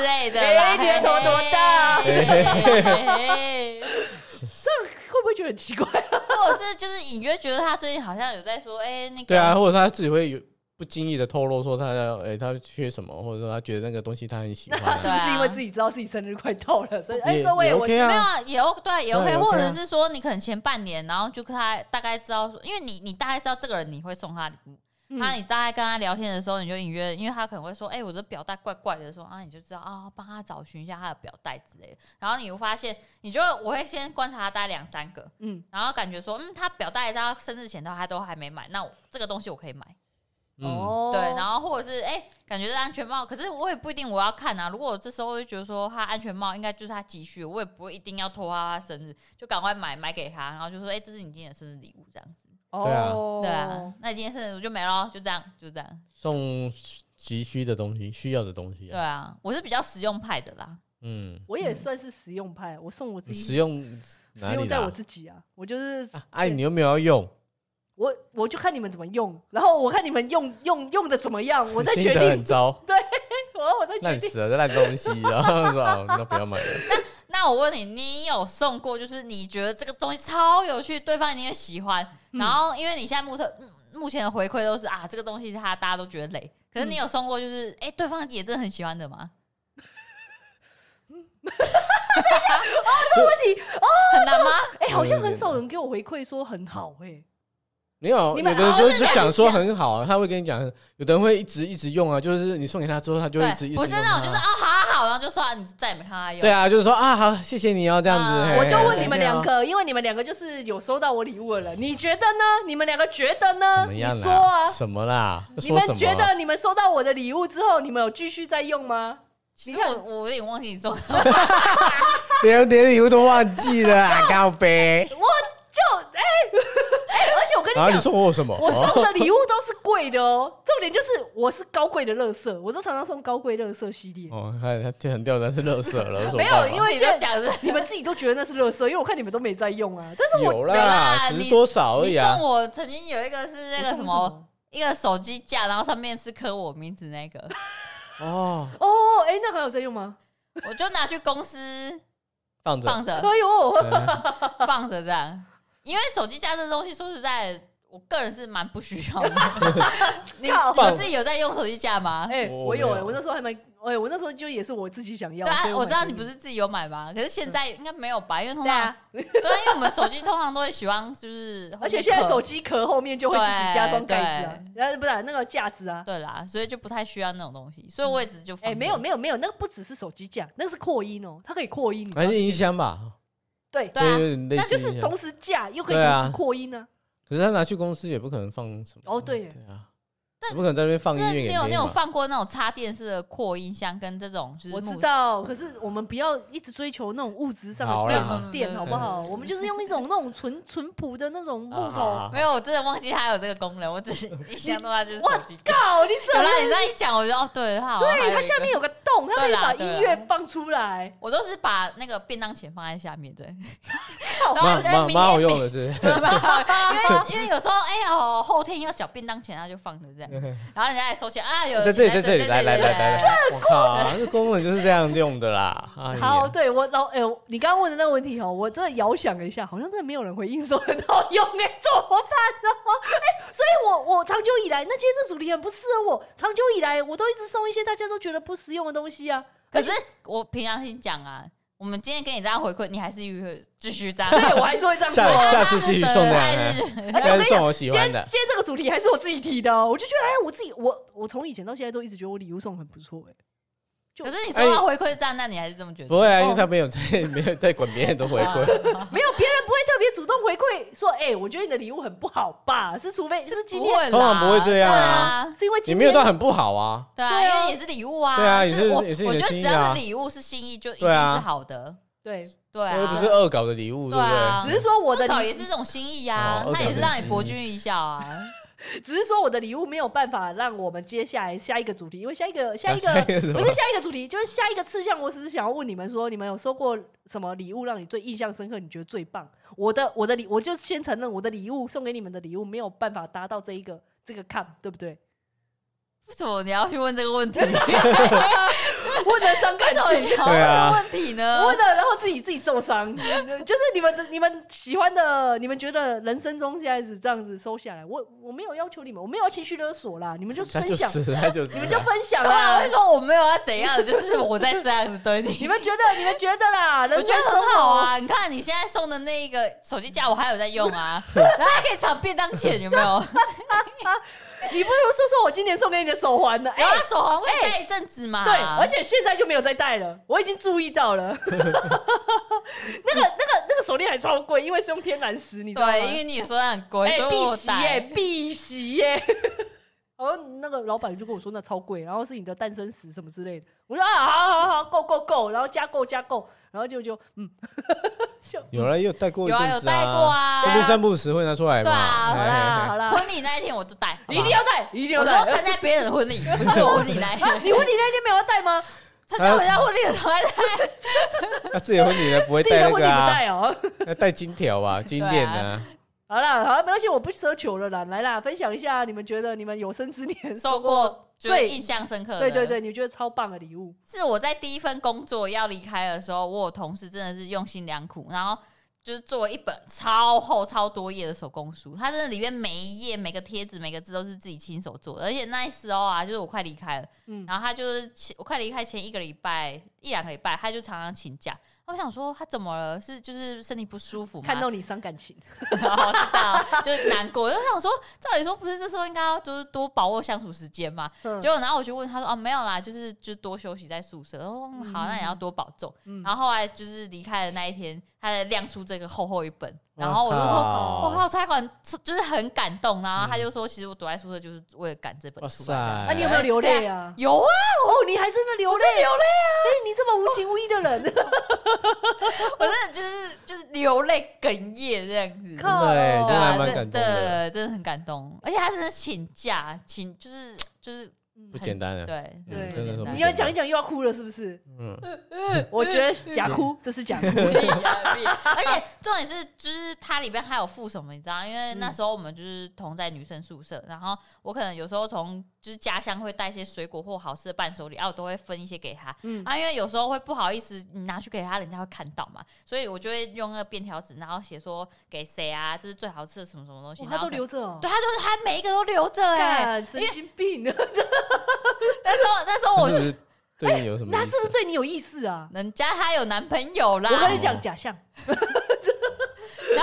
[SPEAKER 3] 类 的啦。
[SPEAKER 2] 哎你的头多大
[SPEAKER 3] 嘿嘿嘿嘿嘿
[SPEAKER 2] 会不会觉得很奇怪？
[SPEAKER 3] 或者是就是隐约觉得他最近好像有在说，哎、那个
[SPEAKER 1] 对啊，，或者他自己会有不经意的透露说他要，哎、他缺什么，或者说他觉得那个东西他很喜
[SPEAKER 2] 那
[SPEAKER 1] 欢
[SPEAKER 2] 他
[SPEAKER 1] 啊、
[SPEAKER 2] 是不是因为自己知道自己生日快到了，所以哎，
[SPEAKER 1] 也
[SPEAKER 2] 各位
[SPEAKER 1] 也
[SPEAKER 2] 我
[SPEAKER 1] OK
[SPEAKER 3] 没有
[SPEAKER 1] 啊，
[SPEAKER 3] 啊，也 O 对啊，也 OK，,
[SPEAKER 1] 对也 OK 啊
[SPEAKER 3] 或者是说你可能前半年，然后就跟他大概知道说，因为你你大概知道这个人你会送他礼物，
[SPEAKER 2] 嗯
[SPEAKER 3] 那、你大概跟他聊天的时候，你就隐约，因为他可能会说，哎、我的表带怪怪的，说啊，你就知道啊，帮他找寻一下他的表带之类的。然后你会发现，你就我会先观察他大概两三个，
[SPEAKER 2] 嗯
[SPEAKER 3] 然后感觉说，嗯，他表带到生日前的话，他都还没买，那我这个东西我可以买，
[SPEAKER 1] 嗯，
[SPEAKER 2] 哦
[SPEAKER 3] 对。然后或者是哎、感觉是安全帽，可是我也不一定我要看啊。如果我这时候就觉得说他安全帽应该就是他急需，我也不会一定要拖他生日，就赶快买买给他，然后就说，哎、这是你今年的生日礼物这样子。
[SPEAKER 1] 对啊
[SPEAKER 2] 哦
[SPEAKER 3] 对啊，那你今天生日我就没了，就这样，就这样。
[SPEAKER 1] 送急需的东西，需要的东西、
[SPEAKER 3] 对
[SPEAKER 1] 啊，
[SPEAKER 3] 啊，我是比较实用派的啦。
[SPEAKER 1] 嗯，
[SPEAKER 2] 我也算是实用派，我送我自
[SPEAKER 1] 你
[SPEAKER 2] 己
[SPEAKER 1] 实用哪里
[SPEAKER 2] 实用在我
[SPEAKER 1] 啦？
[SPEAKER 2] 自己啊，我就是
[SPEAKER 1] 啊哎、你又没有要用，
[SPEAKER 2] 我我就看你们怎么用，然后我看你们用用用的怎么 样，我再
[SPEAKER 1] 你
[SPEAKER 2] 决
[SPEAKER 1] 心得很
[SPEAKER 2] 定，
[SPEAKER 1] 糟，
[SPEAKER 2] 然 后我再决
[SPEAKER 1] 烂
[SPEAKER 2] 定。
[SPEAKER 1] 死了，这烂东西，然后说哦，那不要买了，
[SPEAKER 3] 那我问你，你有送过就是你觉得这个东西超有趣，对方一定会喜欢，
[SPEAKER 2] 嗯
[SPEAKER 3] 然后因为你现在目特嗯目前的回馈都是啊，这个东西他大家都觉得累，可
[SPEAKER 1] 嗯
[SPEAKER 3] 是你有送过就是哎、诶对方也真的很喜欢的吗？
[SPEAKER 2] 这个问题
[SPEAKER 3] 很难吗？
[SPEAKER 2] 哎，好像很少人给我回馈说很好哎，
[SPEAKER 1] 没有，
[SPEAKER 2] 你
[SPEAKER 1] 有
[SPEAKER 2] 们
[SPEAKER 1] 的人就
[SPEAKER 3] 哦
[SPEAKER 1] 是
[SPEAKER 3] 是
[SPEAKER 1] 就
[SPEAKER 3] 两
[SPEAKER 1] 讲说很好，他会跟你讲，有的人会一直一直用啊，就是你送给他之后，他就会一直一直
[SPEAKER 3] 对，不是
[SPEAKER 1] 用
[SPEAKER 3] 那种
[SPEAKER 1] 它
[SPEAKER 3] 就是啊好啊好，然后就算你再也没看他用。
[SPEAKER 1] 对啊，就是说啊，好，谢谢你哦，这样子。
[SPEAKER 3] 啊
[SPEAKER 1] 嘿
[SPEAKER 2] 我就问
[SPEAKER 1] 嘿
[SPEAKER 2] 你们
[SPEAKER 1] 谢谢
[SPEAKER 2] 两
[SPEAKER 1] 哦
[SPEAKER 2] 个，因为你们两个就是有收到我礼物的人，你觉得呢？你们两个觉得呢？
[SPEAKER 1] 怎么
[SPEAKER 2] 你
[SPEAKER 1] 样
[SPEAKER 2] 说
[SPEAKER 1] 啦？
[SPEAKER 2] 啊，
[SPEAKER 1] 什么啦？
[SPEAKER 2] 你
[SPEAKER 1] 说
[SPEAKER 2] 们
[SPEAKER 1] 什么啊
[SPEAKER 2] 觉得你们收到我的礼物之后，你们有继续在用吗？
[SPEAKER 3] 其实
[SPEAKER 2] 你看
[SPEAKER 3] 我我有点忘记 你说，
[SPEAKER 1] 连连礼物都忘记 了啊，告白。
[SPEAKER 2] 我就哎 哎、而且我跟
[SPEAKER 1] 然后
[SPEAKER 2] 你
[SPEAKER 1] 啊你
[SPEAKER 2] 讲，
[SPEAKER 1] 送我什么？哦
[SPEAKER 2] 我送的礼物都是贵的哦，重点就是我是高贵的乐色，我都常常送高贵乐色系列。
[SPEAKER 1] 哦，他他很掉，但是垃圾了，
[SPEAKER 2] 没有，因
[SPEAKER 1] 为
[SPEAKER 2] 为
[SPEAKER 3] 你
[SPEAKER 2] 现在
[SPEAKER 3] 就讲的是
[SPEAKER 2] 你们自己都觉得那是乐色，因为我看你们都没在用啊。但是我
[SPEAKER 1] 有
[SPEAKER 3] 没有
[SPEAKER 1] 啦，
[SPEAKER 3] 啦
[SPEAKER 1] 只
[SPEAKER 3] 你
[SPEAKER 1] 是多少而
[SPEAKER 3] 你
[SPEAKER 1] 已啊
[SPEAKER 3] 送。我曾经有一个是那
[SPEAKER 2] 我
[SPEAKER 3] 个
[SPEAKER 2] 送
[SPEAKER 3] 什
[SPEAKER 2] 的
[SPEAKER 3] 么一个手机架，然后上面是刻我名字那个，
[SPEAKER 1] 哦，
[SPEAKER 2] 哦，哎、那还有在用吗？
[SPEAKER 3] 我就拿去公司
[SPEAKER 1] 放着。
[SPEAKER 3] 放着
[SPEAKER 2] 哎呦，
[SPEAKER 1] 嗯
[SPEAKER 3] 放着这样，因为手机架这东西，说实在，我个人是蛮不需要的。 你
[SPEAKER 2] 靠
[SPEAKER 3] 你们自己有在用手机架吗？
[SPEAKER 2] 哎、
[SPEAKER 1] 我
[SPEAKER 2] 我有
[SPEAKER 1] 哦没
[SPEAKER 2] 哎、
[SPEAKER 1] 有
[SPEAKER 2] 我那时候还蛮哎、我那时候就也是我自己想要。
[SPEAKER 3] 对
[SPEAKER 2] 所以
[SPEAKER 3] 啊，我
[SPEAKER 2] 买
[SPEAKER 3] 知道
[SPEAKER 2] 给
[SPEAKER 3] 你不是自己有买吗？可是现在应该没有吧，因为通
[SPEAKER 2] 对
[SPEAKER 3] 常
[SPEAKER 2] 啊，
[SPEAKER 3] 对啊，因为我们手机通常都会喜欢就是，
[SPEAKER 2] 而且现在手机壳后面就会自己加装盖子啊，然后不然那个架子啊。
[SPEAKER 3] 对啦，所以就不太需要那种东西，所以我也只是就
[SPEAKER 2] 哎、
[SPEAKER 3] 放着
[SPEAKER 2] 没有没有没有，那个不只是手机架，那个是扩音哦，它可以扩音，你知道
[SPEAKER 1] 还
[SPEAKER 2] 吗
[SPEAKER 1] 是音箱吧，
[SPEAKER 2] 对，
[SPEAKER 3] 对啊
[SPEAKER 1] 有点类
[SPEAKER 2] 那
[SPEAKER 1] 似
[SPEAKER 2] 就
[SPEAKER 1] 音
[SPEAKER 2] 是
[SPEAKER 1] 箱
[SPEAKER 2] 同时架又可以
[SPEAKER 1] 对啊
[SPEAKER 2] 同时扩音呢、
[SPEAKER 1] 可是他拿去公司也不可能放什么。
[SPEAKER 2] 哦对耶
[SPEAKER 1] 对啊，
[SPEAKER 3] 但
[SPEAKER 1] 也不可能在那边放音
[SPEAKER 3] 那
[SPEAKER 1] 乐给
[SPEAKER 3] 你有
[SPEAKER 1] 你
[SPEAKER 3] 那种
[SPEAKER 1] 嘛。
[SPEAKER 3] 放过那种插电式的扩音箱跟这种就是嗯
[SPEAKER 2] 我
[SPEAKER 3] 木
[SPEAKER 2] 知道，可是我们不要一直追求那种物质上
[SPEAKER 1] 好
[SPEAKER 2] 的
[SPEAKER 1] 啦
[SPEAKER 2] 变
[SPEAKER 3] 嗯
[SPEAKER 2] 电，好不好？我们就是用一种那种淳淳朴的那种木头。
[SPEAKER 3] 没有，我真的忘记它有这个功能，我 只是一想到它就是手机架。
[SPEAKER 2] 靠，你
[SPEAKER 3] 有
[SPEAKER 2] 怎么
[SPEAKER 3] 啦，？你这样一讲，我就哦，对，它好像还
[SPEAKER 2] 对，
[SPEAKER 3] 有一
[SPEAKER 2] 它
[SPEAKER 3] 个
[SPEAKER 2] 下面有个洞，它可以
[SPEAKER 3] 对啦
[SPEAKER 2] 把
[SPEAKER 3] 对啦
[SPEAKER 2] 音乐放出来。
[SPEAKER 3] 我都是把那个便当钱放在下面，对，
[SPEAKER 2] 靠
[SPEAKER 3] 然后
[SPEAKER 1] 蛮
[SPEAKER 3] 在
[SPEAKER 1] 蛮
[SPEAKER 3] 明
[SPEAKER 1] 蛮好
[SPEAKER 3] 天
[SPEAKER 1] 用 的 是，
[SPEAKER 3] 对吧？因为因为有时候哎哦，后天要缴便当钱，他就放着这样，然后人家来收钱啊，有
[SPEAKER 1] 在这里在这里来来来来，来，我靠，这功能就是这样用的啦。哎呀
[SPEAKER 2] 好，对我老哎、呦，你刚刚问的那个问题哦，我真的遥想了一下，好像真的没有人回应说很好用哎、怎么办呢？哎、所以我我长久以来，那今天这主题很不适合我，长久以来我都一直送一些大家都觉得不实用的东西啊。
[SPEAKER 3] 可是我平常心讲啊，我们今天跟你这样回馈，你还是会继续这样。
[SPEAKER 2] 对，我还是会这样做、
[SPEAKER 1] 下
[SPEAKER 2] 啊。
[SPEAKER 1] 下次继续送 哎这样
[SPEAKER 3] 对
[SPEAKER 1] 的
[SPEAKER 3] 对，
[SPEAKER 2] 而
[SPEAKER 1] 下次
[SPEAKER 2] 且我跟你讲
[SPEAKER 1] 送，我喜
[SPEAKER 2] 今天
[SPEAKER 1] 欢的。
[SPEAKER 2] 今天这个主题还是我自己提的哦，我就觉得哎，我自己我我从以前到现在都一直觉得我礼物送很不错哎。
[SPEAKER 3] 可是你收到回馈站，那你还是这么觉
[SPEAKER 1] 不
[SPEAKER 3] 得？
[SPEAKER 1] 会
[SPEAKER 2] 哦
[SPEAKER 1] 啊，因为他没有在没有在管别人的回馈，
[SPEAKER 2] 没有，别人不会特别主动回馈说，哎、我觉得你的礼物很不好吧？是除非是今
[SPEAKER 3] 不
[SPEAKER 2] 天，
[SPEAKER 3] 会啦，
[SPEAKER 1] 通常不会这样啊
[SPEAKER 3] 对啊。
[SPEAKER 2] 是因为
[SPEAKER 1] 你
[SPEAKER 2] 今
[SPEAKER 1] 没有
[SPEAKER 2] 天
[SPEAKER 1] 到很不好啊。
[SPEAKER 3] 对
[SPEAKER 2] 对啊
[SPEAKER 3] 啊，因为也是礼物啊。
[SPEAKER 1] 对啊也是
[SPEAKER 3] 我
[SPEAKER 1] 也是你的
[SPEAKER 3] 我觉得只
[SPEAKER 1] 心意啊
[SPEAKER 3] 要是礼物是心意，就一定
[SPEAKER 1] 对啊
[SPEAKER 3] 是好的。
[SPEAKER 2] 对，
[SPEAKER 3] 对
[SPEAKER 1] 又
[SPEAKER 3] 啊，
[SPEAKER 1] 不是恶搞的礼物，
[SPEAKER 3] 对
[SPEAKER 1] 对不对？
[SPEAKER 3] 啊
[SPEAKER 2] 只是说我的
[SPEAKER 3] 恶搞
[SPEAKER 2] 礼
[SPEAKER 3] 也是这种心意啊
[SPEAKER 1] 哦，恶搞
[SPEAKER 3] 那也是让
[SPEAKER 1] 也
[SPEAKER 3] 你
[SPEAKER 1] 是
[SPEAKER 3] 博君一笑啊。
[SPEAKER 2] 只是说我的礼物没有办法让我们接下来下一个主题，因为下一个下一个
[SPEAKER 1] 下一个什么
[SPEAKER 2] 不是下一个主题，就是下一个次项。我只是想要问你们说，你们有收过什么礼物让你最印象深刻？你觉得最棒？我的我的礼，我就先承认我的礼物送给你们的礼物没有办法达到这一个这个 cap，对不对？
[SPEAKER 3] 为什么你要去问这个问题？ 为
[SPEAKER 2] 问的伤感
[SPEAKER 3] 什么
[SPEAKER 2] 情
[SPEAKER 3] 你，要问这
[SPEAKER 1] 啊
[SPEAKER 3] 个问题呢？
[SPEAKER 2] 问的然后自己自己受伤， 就是你们的你们喜欢的，你们觉得人生中现在是这样子收下来，我我没有要求你们，我没有要情绪勒索啦，你们就
[SPEAKER 1] 他
[SPEAKER 2] 分
[SPEAKER 1] 就
[SPEAKER 2] 享，
[SPEAKER 1] 是他就是，
[SPEAKER 2] 你们就分享
[SPEAKER 3] 对啊，
[SPEAKER 2] 啦
[SPEAKER 3] 我会。说我没有要怎样，就是我在这样子对
[SPEAKER 2] 你
[SPEAKER 3] 你。
[SPEAKER 2] 们觉得？你们觉得啦？
[SPEAKER 3] 我
[SPEAKER 2] 人
[SPEAKER 3] 觉
[SPEAKER 2] 生
[SPEAKER 3] 得
[SPEAKER 2] 中
[SPEAKER 3] 很好，啊！你看你现在送的那一个手机架，我还有在用 啊，然后还可以藏便当钱，有没 有？
[SPEAKER 2] 你不如说说我今年送给你的手环呢？哎、
[SPEAKER 3] 然后手环会戴一阵子嘛。
[SPEAKER 2] 对，而且现在就没有再戴了，我已经注意到了。 那个、那个、那个手链还超贵，因为是用天然石，你知道吗？
[SPEAKER 3] 对，因为你有说它很贵，
[SPEAKER 2] 哎、
[SPEAKER 3] 所以
[SPEAKER 2] 碧
[SPEAKER 3] 我
[SPEAKER 2] 玺耶，
[SPEAKER 3] 戴。
[SPEAKER 2] 碧玺耶。 然后那个老板就跟我说那超贵，然后是你的诞生石什么之类的。我说啊，好好好，够够够，然后加购加购，然后 就就嗯，
[SPEAKER 1] 有了，也有带过一
[SPEAKER 3] 有
[SPEAKER 1] 阵
[SPEAKER 3] 啊，
[SPEAKER 1] 子
[SPEAKER 3] 有戴过
[SPEAKER 1] 会
[SPEAKER 3] 啊
[SPEAKER 1] 不。会三不五时会拿出来嘛？
[SPEAKER 3] 对啊
[SPEAKER 2] 好啦
[SPEAKER 1] 嘿
[SPEAKER 2] 好
[SPEAKER 1] 嘿
[SPEAKER 2] 啦，
[SPEAKER 3] 婚礼那一天我就戴，
[SPEAKER 2] 你一定要戴，一定要
[SPEAKER 3] 我
[SPEAKER 2] 戴
[SPEAKER 3] 说。参加别人的婚礼，不是我婚礼那一
[SPEAKER 2] 啊
[SPEAKER 3] 天。
[SPEAKER 2] 你婚礼那天没有要戴吗？
[SPEAKER 3] 参加人家婚礼的时候还戴，
[SPEAKER 1] 嘿那自己的婚礼呢不会
[SPEAKER 2] 自己的
[SPEAKER 1] 带那
[SPEAKER 2] 婚礼
[SPEAKER 1] 个
[SPEAKER 2] 不
[SPEAKER 1] 啊，
[SPEAKER 2] 戴哦。
[SPEAKER 1] 要带金条吧，金链啊，
[SPEAKER 2] 好啦，好啦，没关系，我不奢求了啦。来啦，分享一下你们觉得你们有生之年
[SPEAKER 3] 收过最印象深刻的。
[SPEAKER 2] 对对对，你们觉得超棒的礼物，
[SPEAKER 3] 是我在第一份工作要离开的时候，我有同事真的是用心良苦，然后就是做了一本超厚、超多页的手工书，它真的里面每一页、每个贴纸、每个字都是自己亲手做的。而且那时候啊，就是我快离开了，
[SPEAKER 2] 嗯，
[SPEAKER 3] 然后他就是请我快离开前一个礼拜、一两个礼拜，他就常常请假。我想说他怎么了？是就是身体不舒服吗？
[SPEAKER 2] 看到你伤感 情，
[SPEAKER 3] 然后是这样，就是难过。就想说，照理说不是这时候应该要就是多把握相处时间嘛？
[SPEAKER 2] 嗯
[SPEAKER 3] 结果然后我就问他说：“哦、没有啦，就是就多休息在宿舍。”然后嗯好，那也要多保重。
[SPEAKER 2] 嗯
[SPEAKER 3] 然后后来就是离开的那一天，他才亮出这个厚厚一本，然后我就说。
[SPEAKER 1] 靠
[SPEAKER 3] 我靠，差馆就是很感动，然后他就说，其实我躲在宿舍就是为了赶这本
[SPEAKER 1] 哇
[SPEAKER 3] 书。
[SPEAKER 1] 塞，
[SPEAKER 2] 那、你有没有流泪啊？
[SPEAKER 3] 有啊，
[SPEAKER 2] 哦，你还真的流泪，流泪啊！ 哎、你这么无情无义的 人，
[SPEAKER 3] 我真的就是就是流泪哽咽这样子。
[SPEAKER 1] 真的欸
[SPEAKER 2] 靠
[SPEAKER 1] 真的还蛮
[SPEAKER 3] 对
[SPEAKER 1] 感动的，
[SPEAKER 3] 对真的很感动。而且他真的请假，请就是就是
[SPEAKER 1] 不简单啊。
[SPEAKER 3] 对
[SPEAKER 1] 嗯
[SPEAKER 2] 对
[SPEAKER 1] 真的是不
[SPEAKER 2] 你
[SPEAKER 1] 简
[SPEAKER 2] 要
[SPEAKER 1] 单
[SPEAKER 2] 讲一讲又要哭了，是不是？
[SPEAKER 1] 嗯，
[SPEAKER 2] 我觉得假哭，这是假 哭。
[SPEAKER 3] 而且重点是，就是它里边还有附什么，你知道？因为那时候我们就是同在女生宿舍，然后我可能有时候从就是家乡会带一些水果或好吃的伴手礼，啊，我都会分一些给他。
[SPEAKER 2] 嗯，
[SPEAKER 3] 啊，因为有时候会不好意思，你拿去给他，人家会看到嘛，所以我就会用那个便条纸，然后写说给谁啊，这是最好吃的什么什么东西，
[SPEAKER 2] 哇
[SPEAKER 3] 然
[SPEAKER 2] 他都
[SPEAKER 3] 后可能
[SPEAKER 2] 留着哦。
[SPEAKER 3] 对，他就是他每一个都留着哎、
[SPEAKER 2] 干神经病！
[SPEAKER 3] 那时候那时候我
[SPEAKER 2] 哦
[SPEAKER 1] 这
[SPEAKER 3] 就是
[SPEAKER 1] 对你有什么
[SPEAKER 2] 哎那
[SPEAKER 1] 意
[SPEAKER 2] 是不是
[SPEAKER 1] 思？
[SPEAKER 2] 对你有意思啊？
[SPEAKER 3] 人家她有男朋友啦，
[SPEAKER 2] 我跟你讲，假象。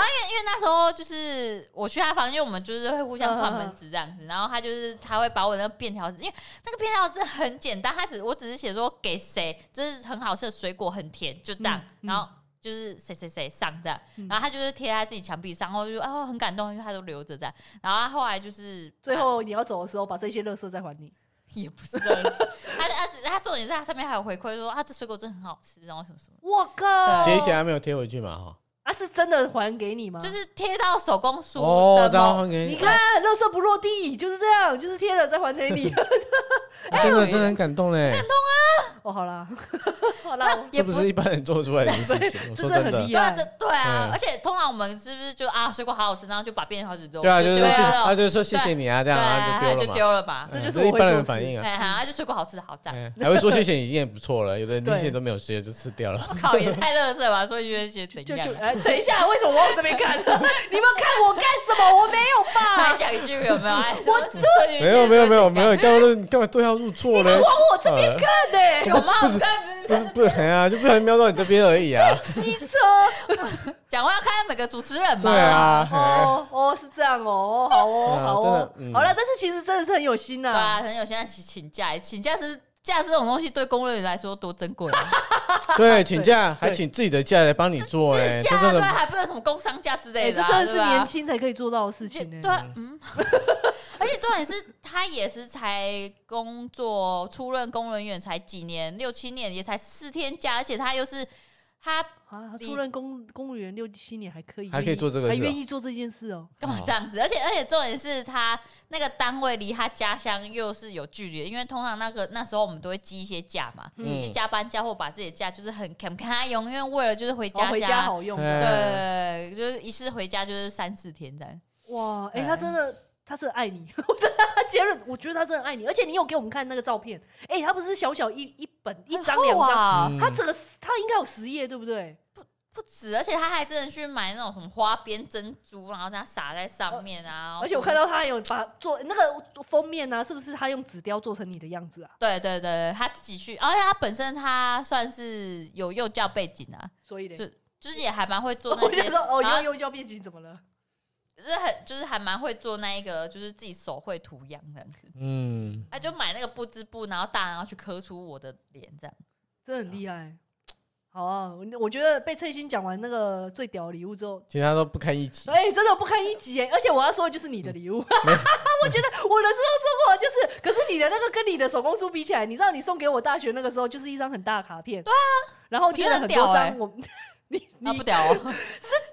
[SPEAKER 3] 因为那时候就是我去他房间，因为我们就是会互相串门子这样
[SPEAKER 2] 嗯
[SPEAKER 3] 子，然后他就是他会把我那个便条纸，因为那个便条纸很简单，他只我只是写说给谁，就是很好吃的水果，很甜，就这样，
[SPEAKER 2] 嗯嗯
[SPEAKER 3] 然后。就是谁谁谁上这样
[SPEAKER 2] 嗯，
[SPEAKER 3] 然后他就是贴在自己墙壁上，然后就啊很感动，因为他都留着这样。然后他后来就是
[SPEAKER 2] 最后你要走的时候，把这些垃圾再还你。
[SPEAKER 3] 也不是这样子，他他他重点是他上面还有回馈说啊这水果真的很好吃，然后什么什么。
[SPEAKER 2] 我靠！
[SPEAKER 1] 写一啊写还没有贴回去嘛哈。
[SPEAKER 2] 啊，是真的还给你吗？
[SPEAKER 3] 就是贴到手工书
[SPEAKER 1] 哦，
[SPEAKER 3] 的
[SPEAKER 1] 这样
[SPEAKER 3] 某，
[SPEAKER 1] 还给
[SPEAKER 2] 你
[SPEAKER 1] 你，
[SPEAKER 2] 看，垃圾不落地，就是这样，就是贴了再还 给你。
[SPEAKER 1] 啊真的
[SPEAKER 2] 哎
[SPEAKER 1] 真的很感动嘞，
[SPEAKER 2] 哦，好啦，好啦，
[SPEAKER 1] 这
[SPEAKER 3] 也
[SPEAKER 1] 不
[SPEAKER 3] 不
[SPEAKER 1] 是一般人做出来 的事情。我
[SPEAKER 2] 这
[SPEAKER 1] 说
[SPEAKER 2] 真的
[SPEAKER 1] 真
[SPEAKER 2] 很
[SPEAKER 1] 的
[SPEAKER 2] 厉，
[SPEAKER 3] 对啊，
[SPEAKER 2] 害
[SPEAKER 3] 这。对啊，
[SPEAKER 1] 对
[SPEAKER 3] 而且通常我们是不是就啊水果好好吃，然后就把便条纸丢，
[SPEAKER 1] 对啊，就
[SPEAKER 3] 丢
[SPEAKER 1] 是
[SPEAKER 3] 掉
[SPEAKER 1] 说谢谢，
[SPEAKER 3] 了
[SPEAKER 1] 他就说谢谢你啊，这
[SPEAKER 3] 对
[SPEAKER 1] 样
[SPEAKER 3] 啊，
[SPEAKER 1] 啊
[SPEAKER 3] 他
[SPEAKER 1] 就丢了
[SPEAKER 3] 就
[SPEAKER 1] 嘛。
[SPEAKER 3] 丢了嘛。
[SPEAKER 2] 这
[SPEAKER 1] 嗯
[SPEAKER 2] 就是
[SPEAKER 1] 这一
[SPEAKER 2] 我会
[SPEAKER 1] 般
[SPEAKER 2] 做
[SPEAKER 1] 人
[SPEAKER 2] 的
[SPEAKER 1] 反
[SPEAKER 2] 事
[SPEAKER 1] 应啊，
[SPEAKER 3] 哎哈，啊就水果好吃好赞，
[SPEAKER 1] 嗯还会说谢谢你已经很不错了，有的人
[SPEAKER 2] 对哦
[SPEAKER 1] 谢谢都没有谢，就吃掉了。
[SPEAKER 3] 我靠，也太乐色了吧！所以就是些怎
[SPEAKER 2] 就
[SPEAKER 3] 样
[SPEAKER 2] 就
[SPEAKER 3] 啊？
[SPEAKER 2] 哎，等一下，为什么往我这 边看？你们看我干什么？我没有
[SPEAKER 3] 还
[SPEAKER 2] 吧？
[SPEAKER 3] 讲一句有没有？哎
[SPEAKER 2] 我
[SPEAKER 3] 所以 就是
[SPEAKER 1] 没有没有没
[SPEAKER 2] 啊
[SPEAKER 1] 有没有，你干嘛都你干嘛对号入座嘞？
[SPEAKER 2] 往我这边看呢、
[SPEAKER 3] 有吗？
[SPEAKER 1] 不
[SPEAKER 3] 我
[SPEAKER 1] 是
[SPEAKER 3] 刚才不
[SPEAKER 1] 不
[SPEAKER 3] 是
[SPEAKER 1] 是不是，哎呀，就不小心瞄到你这边而 已啊。
[SPEAKER 2] 机车
[SPEAKER 3] 讲话要看每个主持人嘛？
[SPEAKER 1] 对啊， 哎
[SPEAKER 2] 哦哦是这样哦，哦好哦
[SPEAKER 1] 对啊
[SPEAKER 2] 好
[SPEAKER 1] 真的
[SPEAKER 2] 哦，
[SPEAKER 1] 嗯
[SPEAKER 2] 好了，但是其实真的是很有心呐、
[SPEAKER 3] 对啊，很有现在请请假，请假是假这种东西对公务人员来说多珍贵啊，
[SPEAKER 1] 对，请假还
[SPEAKER 2] 对
[SPEAKER 1] 请自己的假来帮你做，哎，
[SPEAKER 3] 自己
[SPEAKER 1] 这
[SPEAKER 3] 假
[SPEAKER 1] 真
[SPEAKER 3] 对，
[SPEAKER 1] 的
[SPEAKER 3] 还不能什么工伤假之
[SPEAKER 2] 哎
[SPEAKER 3] 类
[SPEAKER 2] 这
[SPEAKER 3] 的啊，
[SPEAKER 2] 真的是
[SPEAKER 3] 对吧
[SPEAKER 2] 年轻才可以做到的事情呢、哎
[SPEAKER 3] 对啊，嗯。 而且重点是他也是才工作出任公务人员才几年，六七年也才四天假，而且他又是他
[SPEAKER 2] 啊，他出任公公务员六七年还可以，
[SPEAKER 1] 还可以做这个
[SPEAKER 2] 还
[SPEAKER 1] 事哦
[SPEAKER 2] 愿意做这件事哦。
[SPEAKER 3] 干嘛这样子？而且而且重点是他那个单位离他家乡又是有距离的，因为通常那个那时候我们都会积一些假嘛，
[SPEAKER 1] 嗯
[SPEAKER 3] 去加班假或把自己的假就是很看看用，因为为了就是回
[SPEAKER 2] 哦
[SPEAKER 3] 家
[SPEAKER 2] 回家好用
[SPEAKER 1] 哎
[SPEAKER 2] 的，
[SPEAKER 3] 对，就是一次回家就是三四天这样。
[SPEAKER 2] 哇，哎、
[SPEAKER 3] 对
[SPEAKER 2] 他真的，他是爱你， 我真的他结论，我觉得他真的爱你，而且你有给我们看那个照片，哎、他不是小小一一本
[SPEAKER 3] 啊
[SPEAKER 2] 一张两
[SPEAKER 3] 哇，
[SPEAKER 2] 张，
[SPEAKER 1] 嗯
[SPEAKER 2] 他整个他应该有十页对不对？
[SPEAKER 3] 不止，而且他还真的去买那种什么花边珍珠，然后这样撒在上面啊。
[SPEAKER 2] 哦而且我看到他还有把做那个封面啊，是不是他用纸雕做成你的样子啊？
[SPEAKER 3] 对对对对，他自己去，而且他本身他算是有幼教背景啊，
[SPEAKER 2] 所以呢
[SPEAKER 3] 就，就是也还蛮会做
[SPEAKER 2] 我
[SPEAKER 3] 那
[SPEAKER 2] 就
[SPEAKER 3] 些，啊
[SPEAKER 2] 说哦，
[SPEAKER 3] 然
[SPEAKER 2] 又
[SPEAKER 3] 后
[SPEAKER 2] 又教变形怎么了？
[SPEAKER 3] 就是很就是还蛮会做那一个，就是自己手绘图样这样子。
[SPEAKER 1] 嗯，
[SPEAKER 3] 啊，就买那个布织布，然后大然后去刻出我的脸这样。
[SPEAKER 2] 真的很厉害。好啊，我我觉得被翠欣讲完那个最屌的礼物之后，
[SPEAKER 1] 其他都不堪一击。
[SPEAKER 2] 哎、真的不堪一击哎！而且我要说的就是你的礼物，我
[SPEAKER 1] 嗯
[SPEAKER 2] 觉得 我的这种生活就是，可是你的那个跟你的手工书比起来，你知道你送给我大学那个时候就是一张很大的卡片，对啊，然后贴了很多
[SPEAKER 3] 我觉得很
[SPEAKER 2] 张， 我你
[SPEAKER 3] 那
[SPEAKER 2] 你
[SPEAKER 3] 不屌 哦，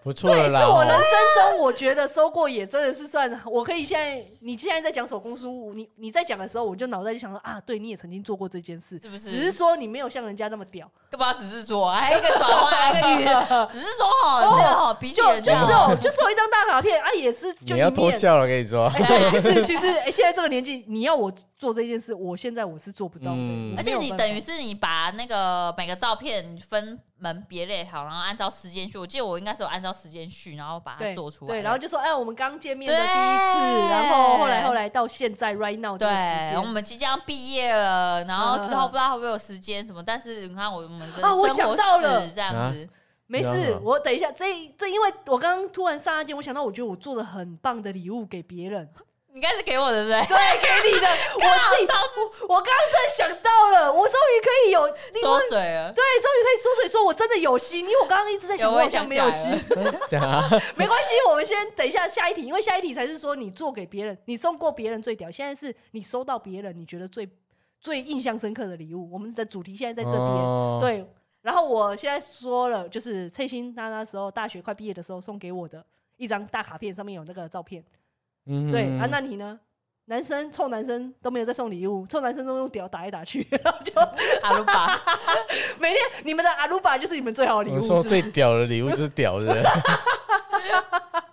[SPEAKER 1] 不错
[SPEAKER 2] 对，
[SPEAKER 1] 了
[SPEAKER 2] 是
[SPEAKER 1] 啦。
[SPEAKER 2] 我
[SPEAKER 1] 哦
[SPEAKER 2] 人
[SPEAKER 3] 啊
[SPEAKER 2] 生中我觉得收过也真的是算，我可以现在你现在在讲手工书，你你在讲的时候，我就脑袋就想说啊，对你也曾经做过这件事，
[SPEAKER 3] 是不是
[SPEAKER 2] 只是说你没有像人家那么屌，
[SPEAKER 3] 干嘛只是说，还有一个转换，还有一 个语言，只是说哦，那个哦，比起
[SPEAKER 2] 就
[SPEAKER 3] 人
[SPEAKER 2] 就
[SPEAKER 3] 家
[SPEAKER 2] 只
[SPEAKER 3] 哦，
[SPEAKER 2] 有就只有一张大卡片啊，也是就
[SPEAKER 1] 你
[SPEAKER 2] 一
[SPEAKER 1] 要
[SPEAKER 2] 面。
[SPEAKER 1] 偷笑了，跟你说。
[SPEAKER 2] 哎 对，其实其实、哎现在这个年纪，你要我做这件事，我现在我是做不到的。
[SPEAKER 1] 嗯
[SPEAKER 2] 我没有
[SPEAKER 3] 而且你
[SPEAKER 2] 办法
[SPEAKER 3] 等于是你把那个每个照片分门别类好，然后按照时间去。我记得我应该是有按照时间序，然后把它
[SPEAKER 2] 对
[SPEAKER 3] 做出来。
[SPEAKER 2] 对，然后就说哎，我们刚见面的第一
[SPEAKER 3] 对
[SPEAKER 2] 次，然后后来后来到现在 right now 这
[SPEAKER 3] 对，
[SPEAKER 2] 个
[SPEAKER 3] 然后我
[SPEAKER 2] 时
[SPEAKER 3] 们即将毕业了，然后之后
[SPEAKER 2] 嗯
[SPEAKER 3] 不知道会不会有时间什么，但是你看我们的
[SPEAKER 2] 啊我
[SPEAKER 3] 生活
[SPEAKER 2] 想到了
[SPEAKER 3] 史这
[SPEAKER 1] 啊
[SPEAKER 3] 样子，
[SPEAKER 2] 没
[SPEAKER 1] 你知道
[SPEAKER 2] 事
[SPEAKER 1] 吗，
[SPEAKER 2] 我等一下，这这因为我刚刚突然刹那间，我想到我觉得我做了很棒的礼物给别人，
[SPEAKER 3] 你应该是给我的对 不对？
[SPEAKER 2] 对，给你的，我自己我我刚刚真的想到了，我终于可以有，你
[SPEAKER 3] 说
[SPEAKER 2] 终于
[SPEAKER 3] 嘴了，
[SPEAKER 2] 对，终于可以说嘴说我真的有心，因为我刚刚一直在想，
[SPEAKER 3] 有
[SPEAKER 2] 我
[SPEAKER 3] 我
[SPEAKER 2] 好
[SPEAKER 3] 也想
[SPEAKER 2] 像
[SPEAKER 3] 起
[SPEAKER 2] 没
[SPEAKER 3] 来
[SPEAKER 2] 有
[SPEAKER 3] 了
[SPEAKER 2] 心，
[SPEAKER 1] 讲啊，
[SPEAKER 2] 没关系，我们先等一下下一题，因为下一题才是说你做给别人，你送过别人最屌，现在是你收到别人你觉得最最印象深刻的礼物。我们的主题现在在这边，
[SPEAKER 1] 哦，
[SPEAKER 2] 对。然后我现在说了，就是翠心她那时候大学快毕业的时候送给我的一张大卡片，上面有那个照片。
[SPEAKER 1] 嗯
[SPEAKER 2] 对啊，那你呢？男生臭男生都没有在送礼物，臭男生都用屌打来打去，然后就
[SPEAKER 3] 阿 鲁巴，
[SPEAKER 2] 每天你们的阿鲁巴就是你们最好的礼
[SPEAKER 1] 我
[SPEAKER 2] 物，
[SPEAKER 1] 说
[SPEAKER 2] 是不是
[SPEAKER 1] 最屌的礼物就是屌的，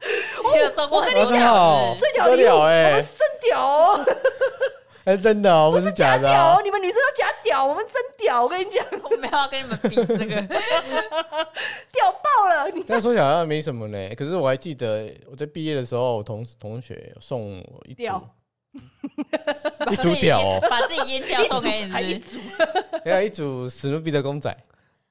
[SPEAKER 3] 你有送过很多
[SPEAKER 1] 我跟你讲
[SPEAKER 3] 次，
[SPEAKER 2] 最屌的礼
[SPEAKER 1] 不得
[SPEAKER 2] 物，
[SPEAKER 1] 了欸
[SPEAKER 2] 我们啊是真屌哦、
[SPEAKER 1] 哎，真的哦，不是假
[SPEAKER 2] 假
[SPEAKER 1] 的
[SPEAKER 2] 屌
[SPEAKER 1] 哦
[SPEAKER 2] 哦，，你们女生都假屌，我们真屌，我跟你讲，
[SPEAKER 3] 我没有要跟你们比这个。
[SPEAKER 2] 屌爆了！你
[SPEAKER 1] 这样说起来好像没什么呢，可是我还记得我在毕业的时候，我同同学有送我一组
[SPEAKER 2] 屌，
[SPEAKER 1] 一组屌哦，
[SPEAKER 3] 把自己阉掉送给你
[SPEAKER 2] 还 一
[SPEAKER 3] 是不是，
[SPEAKER 1] 还有一组史努比的公仔，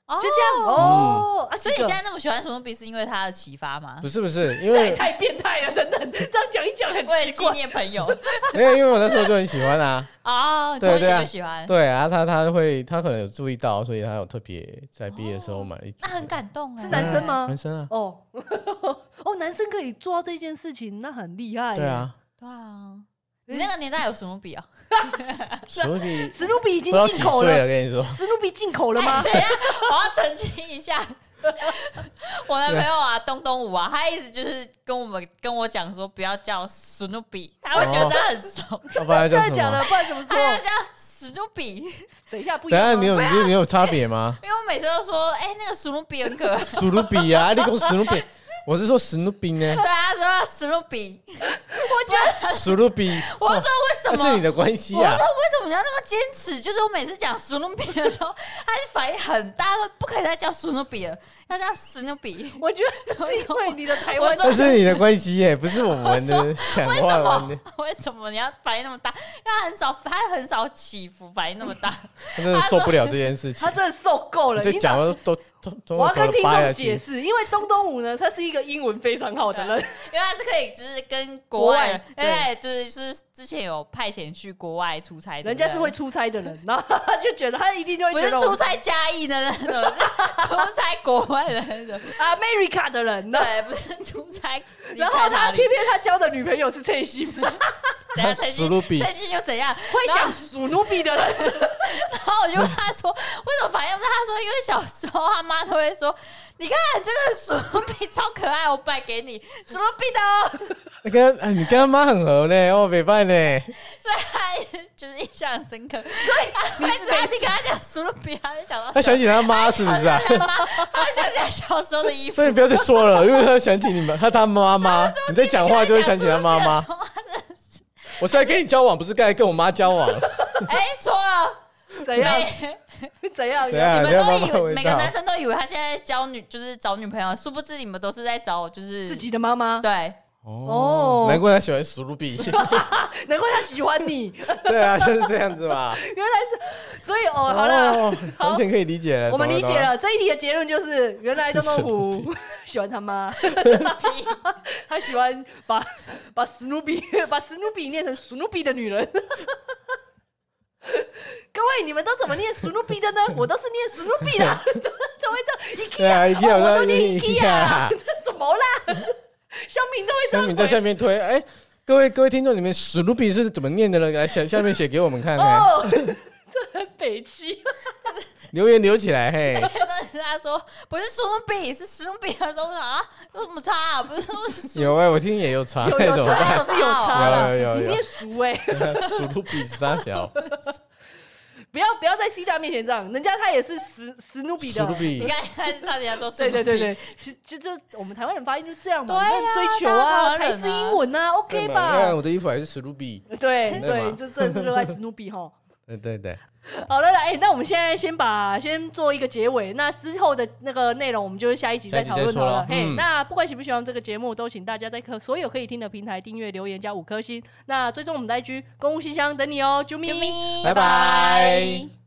[SPEAKER 3] 哦
[SPEAKER 2] 就这
[SPEAKER 1] 嗯
[SPEAKER 2] 样哦，啊，
[SPEAKER 3] 所以你
[SPEAKER 2] 这个
[SPEAKER 3] 现在那么喜欢史努比，是因为他的启发吗
[SPEAKER 1] 不？是不是，因
[SPEAKER 2] 那也
[SPEAKER 1] 为
[SPEAKER 2] 太变态了，等等，这样讲一讲很
[SPEAKER 3] 为
[SPEAKER 2] 奇
[SPEAKER 3] 了纪
[SPEAKER 2] 怪。
[SPEAKER 3] 念朋友
[SPEAKER 1] 没有，因为我那时候就很喜欢 啊，
[SPEAKER 3] 啊，
[SPEAKER 1] 对
[SPEAKER 3] 从以
[SPEAKER 1] 对啊
[SPEAKER 3] 前就喜欢，
[SPEAKER 1] 对啊，他他会他可能有注意到，所以他有特别在毕业的时候买了一组，
[SPEAKER 3] 那很感动哎。
[SPEAKER 2] 是男生吗
[SPEAKER 1] 男生啊，
[SPEAKER 2] 哦 哦，男生可以做到这件事情，那很厉害。
[SPEAKER 1] 对，啊，
[SPEAKER 3] 对啊，你那个年代有史努比啊？
[SPEAKER 1] 史努 比
[SPEAKER 2] 史努比已
[SPEAKER 1] 不知
[SPEAKER 2] 经
[SPEAKER 1] 道几
[SPEAKER 2] 进口
[SPEAKER 1] 岁
[SPEAKER 2] 了，
[SPEAKER 1] 了，跟你说，
[SPEAKER 2] 史努比进口了
[SPEAKER 3] 哎
[SPEAKER 2] 吗？
[SPEAKER 3] 我要澄清一下， 我男朋友啊，东东武啊，他一直就是跟我们跟我讲说，不要叫史努比，他会觉得他很怂，
[SPEAKER 2] 哦
[SPEAKER 1] 要不 然
[SPEAKER 2] 真
[SPEAKER 1] 叫哎什
[SPEAKER 2] 的假的
[SPEAKER 1] 么？？哎
[SPEAKER 2] 不然怎么说
[SPEAKER 3] 他？要叫史努比，
[SPEAKER 2] 等一下不一
[SPEAKER 1] 等一下
[SPEAKER 2] 样哦
[SPEAKER 1] 你
[SPEAKER 2] 吗。
[SPEAKER 1] 有你有你有差别吗？
[SPEAKER 3] 因为我每次都说，哎，那个史努比很可爱，
[SPEAKER 1] 史努比啊，你讲史努比，我是说史努比呢，
[SPEAKER 3] 对啊，什么史努比，
[SPEAKER 1] 史努比，
[SPEAKER 3] 我就
[SPEAKER 1] 哇
[SPEAKER 3] 说为
[SPEAKER 1] 哦那
[SPEAKER 3] 什么
[SPEAKER 1] 是你？的关系
[SPEAKER 3] 我就
[SPEAKER 1] 啊
[SPEAKER 3] 说，为什么你要那么坚持？就是我每次讲史努比的时候，他是反应很大，说不可以再叫史努比了，要叫史努 比。
[SPEAKER 2] 我觉得是因为你的台
[SPEAKER 3] 我
[SPEAKER 2] 湾
[SPEAKER 3] 说
[SPEAKER 1] 那是你的关系耶，不是我们的想
[SPEAKER 3] 为
[SPEAKER 1] 法
[SPEAKER 3] 什
[SPEAKER 1] 玩的
[SPEAKER 3] 么，？ 为什么你要反应那么大？因为他很少，他很少起伏，反应那么大。
[SPEAKER 1] 我真的受不了这件事情
[SPEAKER 2] 他。真的受够了。
[SPEAKER 1] 这
[SPEAKER 2] 你
[SPEAKER 1] 讲的都都都
[SPEAKER 2] 我
[SPEAKER 1] 搞
[SPEAKER 2] 要跟
[SPEAKER 1] 得
[SPEAKER 2] 听
[SPEAKER 1] 掰下
[SPEAKER 2] 众
[SPEAKER 1] 去，
[SPEAKER 2] 解释，因为东东武呢，他是一个英文非常好的人，
[SPEAKER 3] 因为他是可以，就是跟国外人，
[SPEAKER 2] 国外
[SPEAKER 3] 哎，就是就是之前有派遣去国外出差的，
[SPEAKER 2] 人家是会出差的 人，然后他就觉得他一定就会
[SPEAKER 3] 不
[SPEAKER 2] 觉
[SPEAKER 3] 是
[SPEAKER 2] 得我
[SPEAKER 3] 出
[SPEAKER 2] 们
[SPEAKER 3] 差嘉义的那种，是出差国外的 那种，
[SPEAKER 2] America 的人，然后
[SPEAKER 3] 对，不是出差。
[SPEAKER 2] 然后他偏偏他交的女朋友是蔡西，
[SPEAKER 3] 等下，陈
[SPEAKER 1] 史努比
[SPEAKER 3] 最近又怎样？
[SPEAKER 2] 会讲鼠奴比的人，
[SPEAKER 3] 然后我就问他说：“为什么反应不是？”他说：“因为小时候他妈都会说，你看这个鼠比超可爱，我买给 你鼠比的哦。
[SPEAKER 1] 那跟哎你跟他妈很合呢，哦，北拜呢，”
[SPEAKER 3] 所以他就是印象很深刻。
[SPEAKER 2] 你
[SPEAKER 3] 所以
[SPEAKER 2] 是
[SPEAKER 3] 他你跟他讲鼠比，他就想到
[SPEAKER 1] 他想起他妈是不是啊？
[SPEAKER 3] 他妈，他就想起来小时候的衣服
[SPEAKER 1] 所以。你不要再说了，因为他想起你们，他他妈妈，你在讲话就会想起他妈妈。我是来跟你交往，不是该跟我妈交往。
[SPEAKER 3] 哎，错了，
[SPEAKER 2] 怎样
[SPEAKER 3] 每
[SPEAKER 2] 怎样
[SPEAKER 1] 怎样啊
[SPEAKER 3] 你们
[SPEAKER 1] 这
[SPEAKER 3] 都
[SPEAKER 1] 妈妈
[SPEAKER 3] 以
[SPEAKER 1] 会
[SPEAKER 3] 为每
[SPEAKER 1] 知
[SPEAKER 3] 个
[SPEAKER 1] 道
[SPEAKER 3] 男生都以为他现在交女就是找女朋友，殊不知你们都是在找就是
[SPEAKER 2] 自己的妈妈，
[SPEAKER 3] 对。
[SPEAKER 1] 哦
[SPEAKER 2] 哦，
[SPEAKER 1] 难怪他喜欢史努 比。
[SPEAKER 2] 难怪他喜欢你，原
[SPEAKER 1] 对啊，就是这样子嘛。
[SPEAKER 2] 来是， 所以哦，好了，
[SPEAKER 1] 哦，
[SPEAKER 2] 好
[SPEAKER 1] 完全可以理解了。
[SPEAKER 2] 我们
[SPEAKER 1] 懂
[SPEAKER 2] 理解
[SPEAKER 1] 懂
[SPEAKER 2] 了这一题的结论就是，原来东东虎 喜欢他妈，他喜欢把把史努比 把史努比念成史努比的女人。各位，你们都怎么念史努比的呢？我都是念史努比的， 怎么怎么会这
[SPEAKER 1] 对
[SPEAKER 2] 样？
[SPEAKER 1] 啊，IKEA，
[SPEAKER 2] 哦我都
[SPEAKER 1] 我都
[SPEAKER 2] 念
[SPEAKER 1] 念
[SPEAKER 2] IKEA，
[SPEAKER 1] 啦
[SPEAKER 2] 啦这什么啦？香民都会这
[SPEAKER 1] 那
[SPEAKER 2] 样
[SPEAKER 1] 你
[SPEAKER 2] 回。
[SPEAKER 1] 在下面推，哎，各位各位听众，你们史努比是怎么念的呢？来下下面写给我们看看，
[SPEAKER 2] 哦， 这很北气。
[SPEAKER 1] 留言留起来， 嘿。
[SPEAKER 3] 他说不是史努比，是史努比。他说啊，有什么差、啊？不是说是史
[SPEAKER 1] 有哎，我听也有哎差，
[SPEAKER 2] 有
[SPEAKER 1] 那
[SPEAKER 2] 有
[SPEAKER 1] 怎么
[SPEAKER 2] 差
[SPEAKER 1] 办？
[SPEAKER 2] 还是有差了，
[SPEAKER 1] 有有有有
[SPEAKER 2] 你念熟哎、
[SPEAKER 1] 史努比傻小，
[SPEAKER 2] 不要不要在 C 大面前这样，人家他也是史史努比
[SPEAKER 1] 史
[SPEAKER 2] 的
[SPEAKER 1] 努，比
[SPEAKER 3] 你。看，看差点要说史
[SPEAKER 2] 对
[SPEAKER 3] 努
[SPEAKER 2] 对
[SPEAKER 3] 比
[SPEAKER 2] 对，对，就就就我们台湾人发音就这样嘛，
[SPEAKER 3] 对啊
[SPEAKER 2] 你看追求
[SPEAKER 3] 大
[SPEAKER 2] 啊，
[SPEAKER 3] 家台湾
[SPEAKER 2] 台
[SPEAKER 3] 人啊
[SPEAKER 2] 式英文啊，OK
[SPEAKER 1] 对嘛你看
[SPEAKER 2] 吧？
[SPEAKER 1] 我的衣服还是史努比，
[SPEAKER 2] 对
[SPEAKER 1] 对嘛
[SPEAKER 2] 对，这真的是热爱史努比哈。
[SPEAKER 1] 对对对，
[SPEAKER 2] 好了，哎、那我们现在先把先做一个结尾，那之后的那个内容我们就是下一集再讨
[SPEAKER 1] 下一
[SPEAKER 2] 论
[SPEAKER 1] 集再
[SPEAKER 2] 好
[SPEAKER 1] 说
[SPEAKER 2] 了
[SPEAKER 1] 了。
[SPEAKER 2] 嘿，
[SPEAKER 1] 嗯
[SPEAKER 2] 那不管喜不喜欢这个节目，都请大家在可所有可以听的平台订阅、留言加五颗星。那追踪我们的 IG 公务信箱等你哦，啾咪。
[SPEAKER 3] 啾咪，
[SPEAKER 1] 拜拜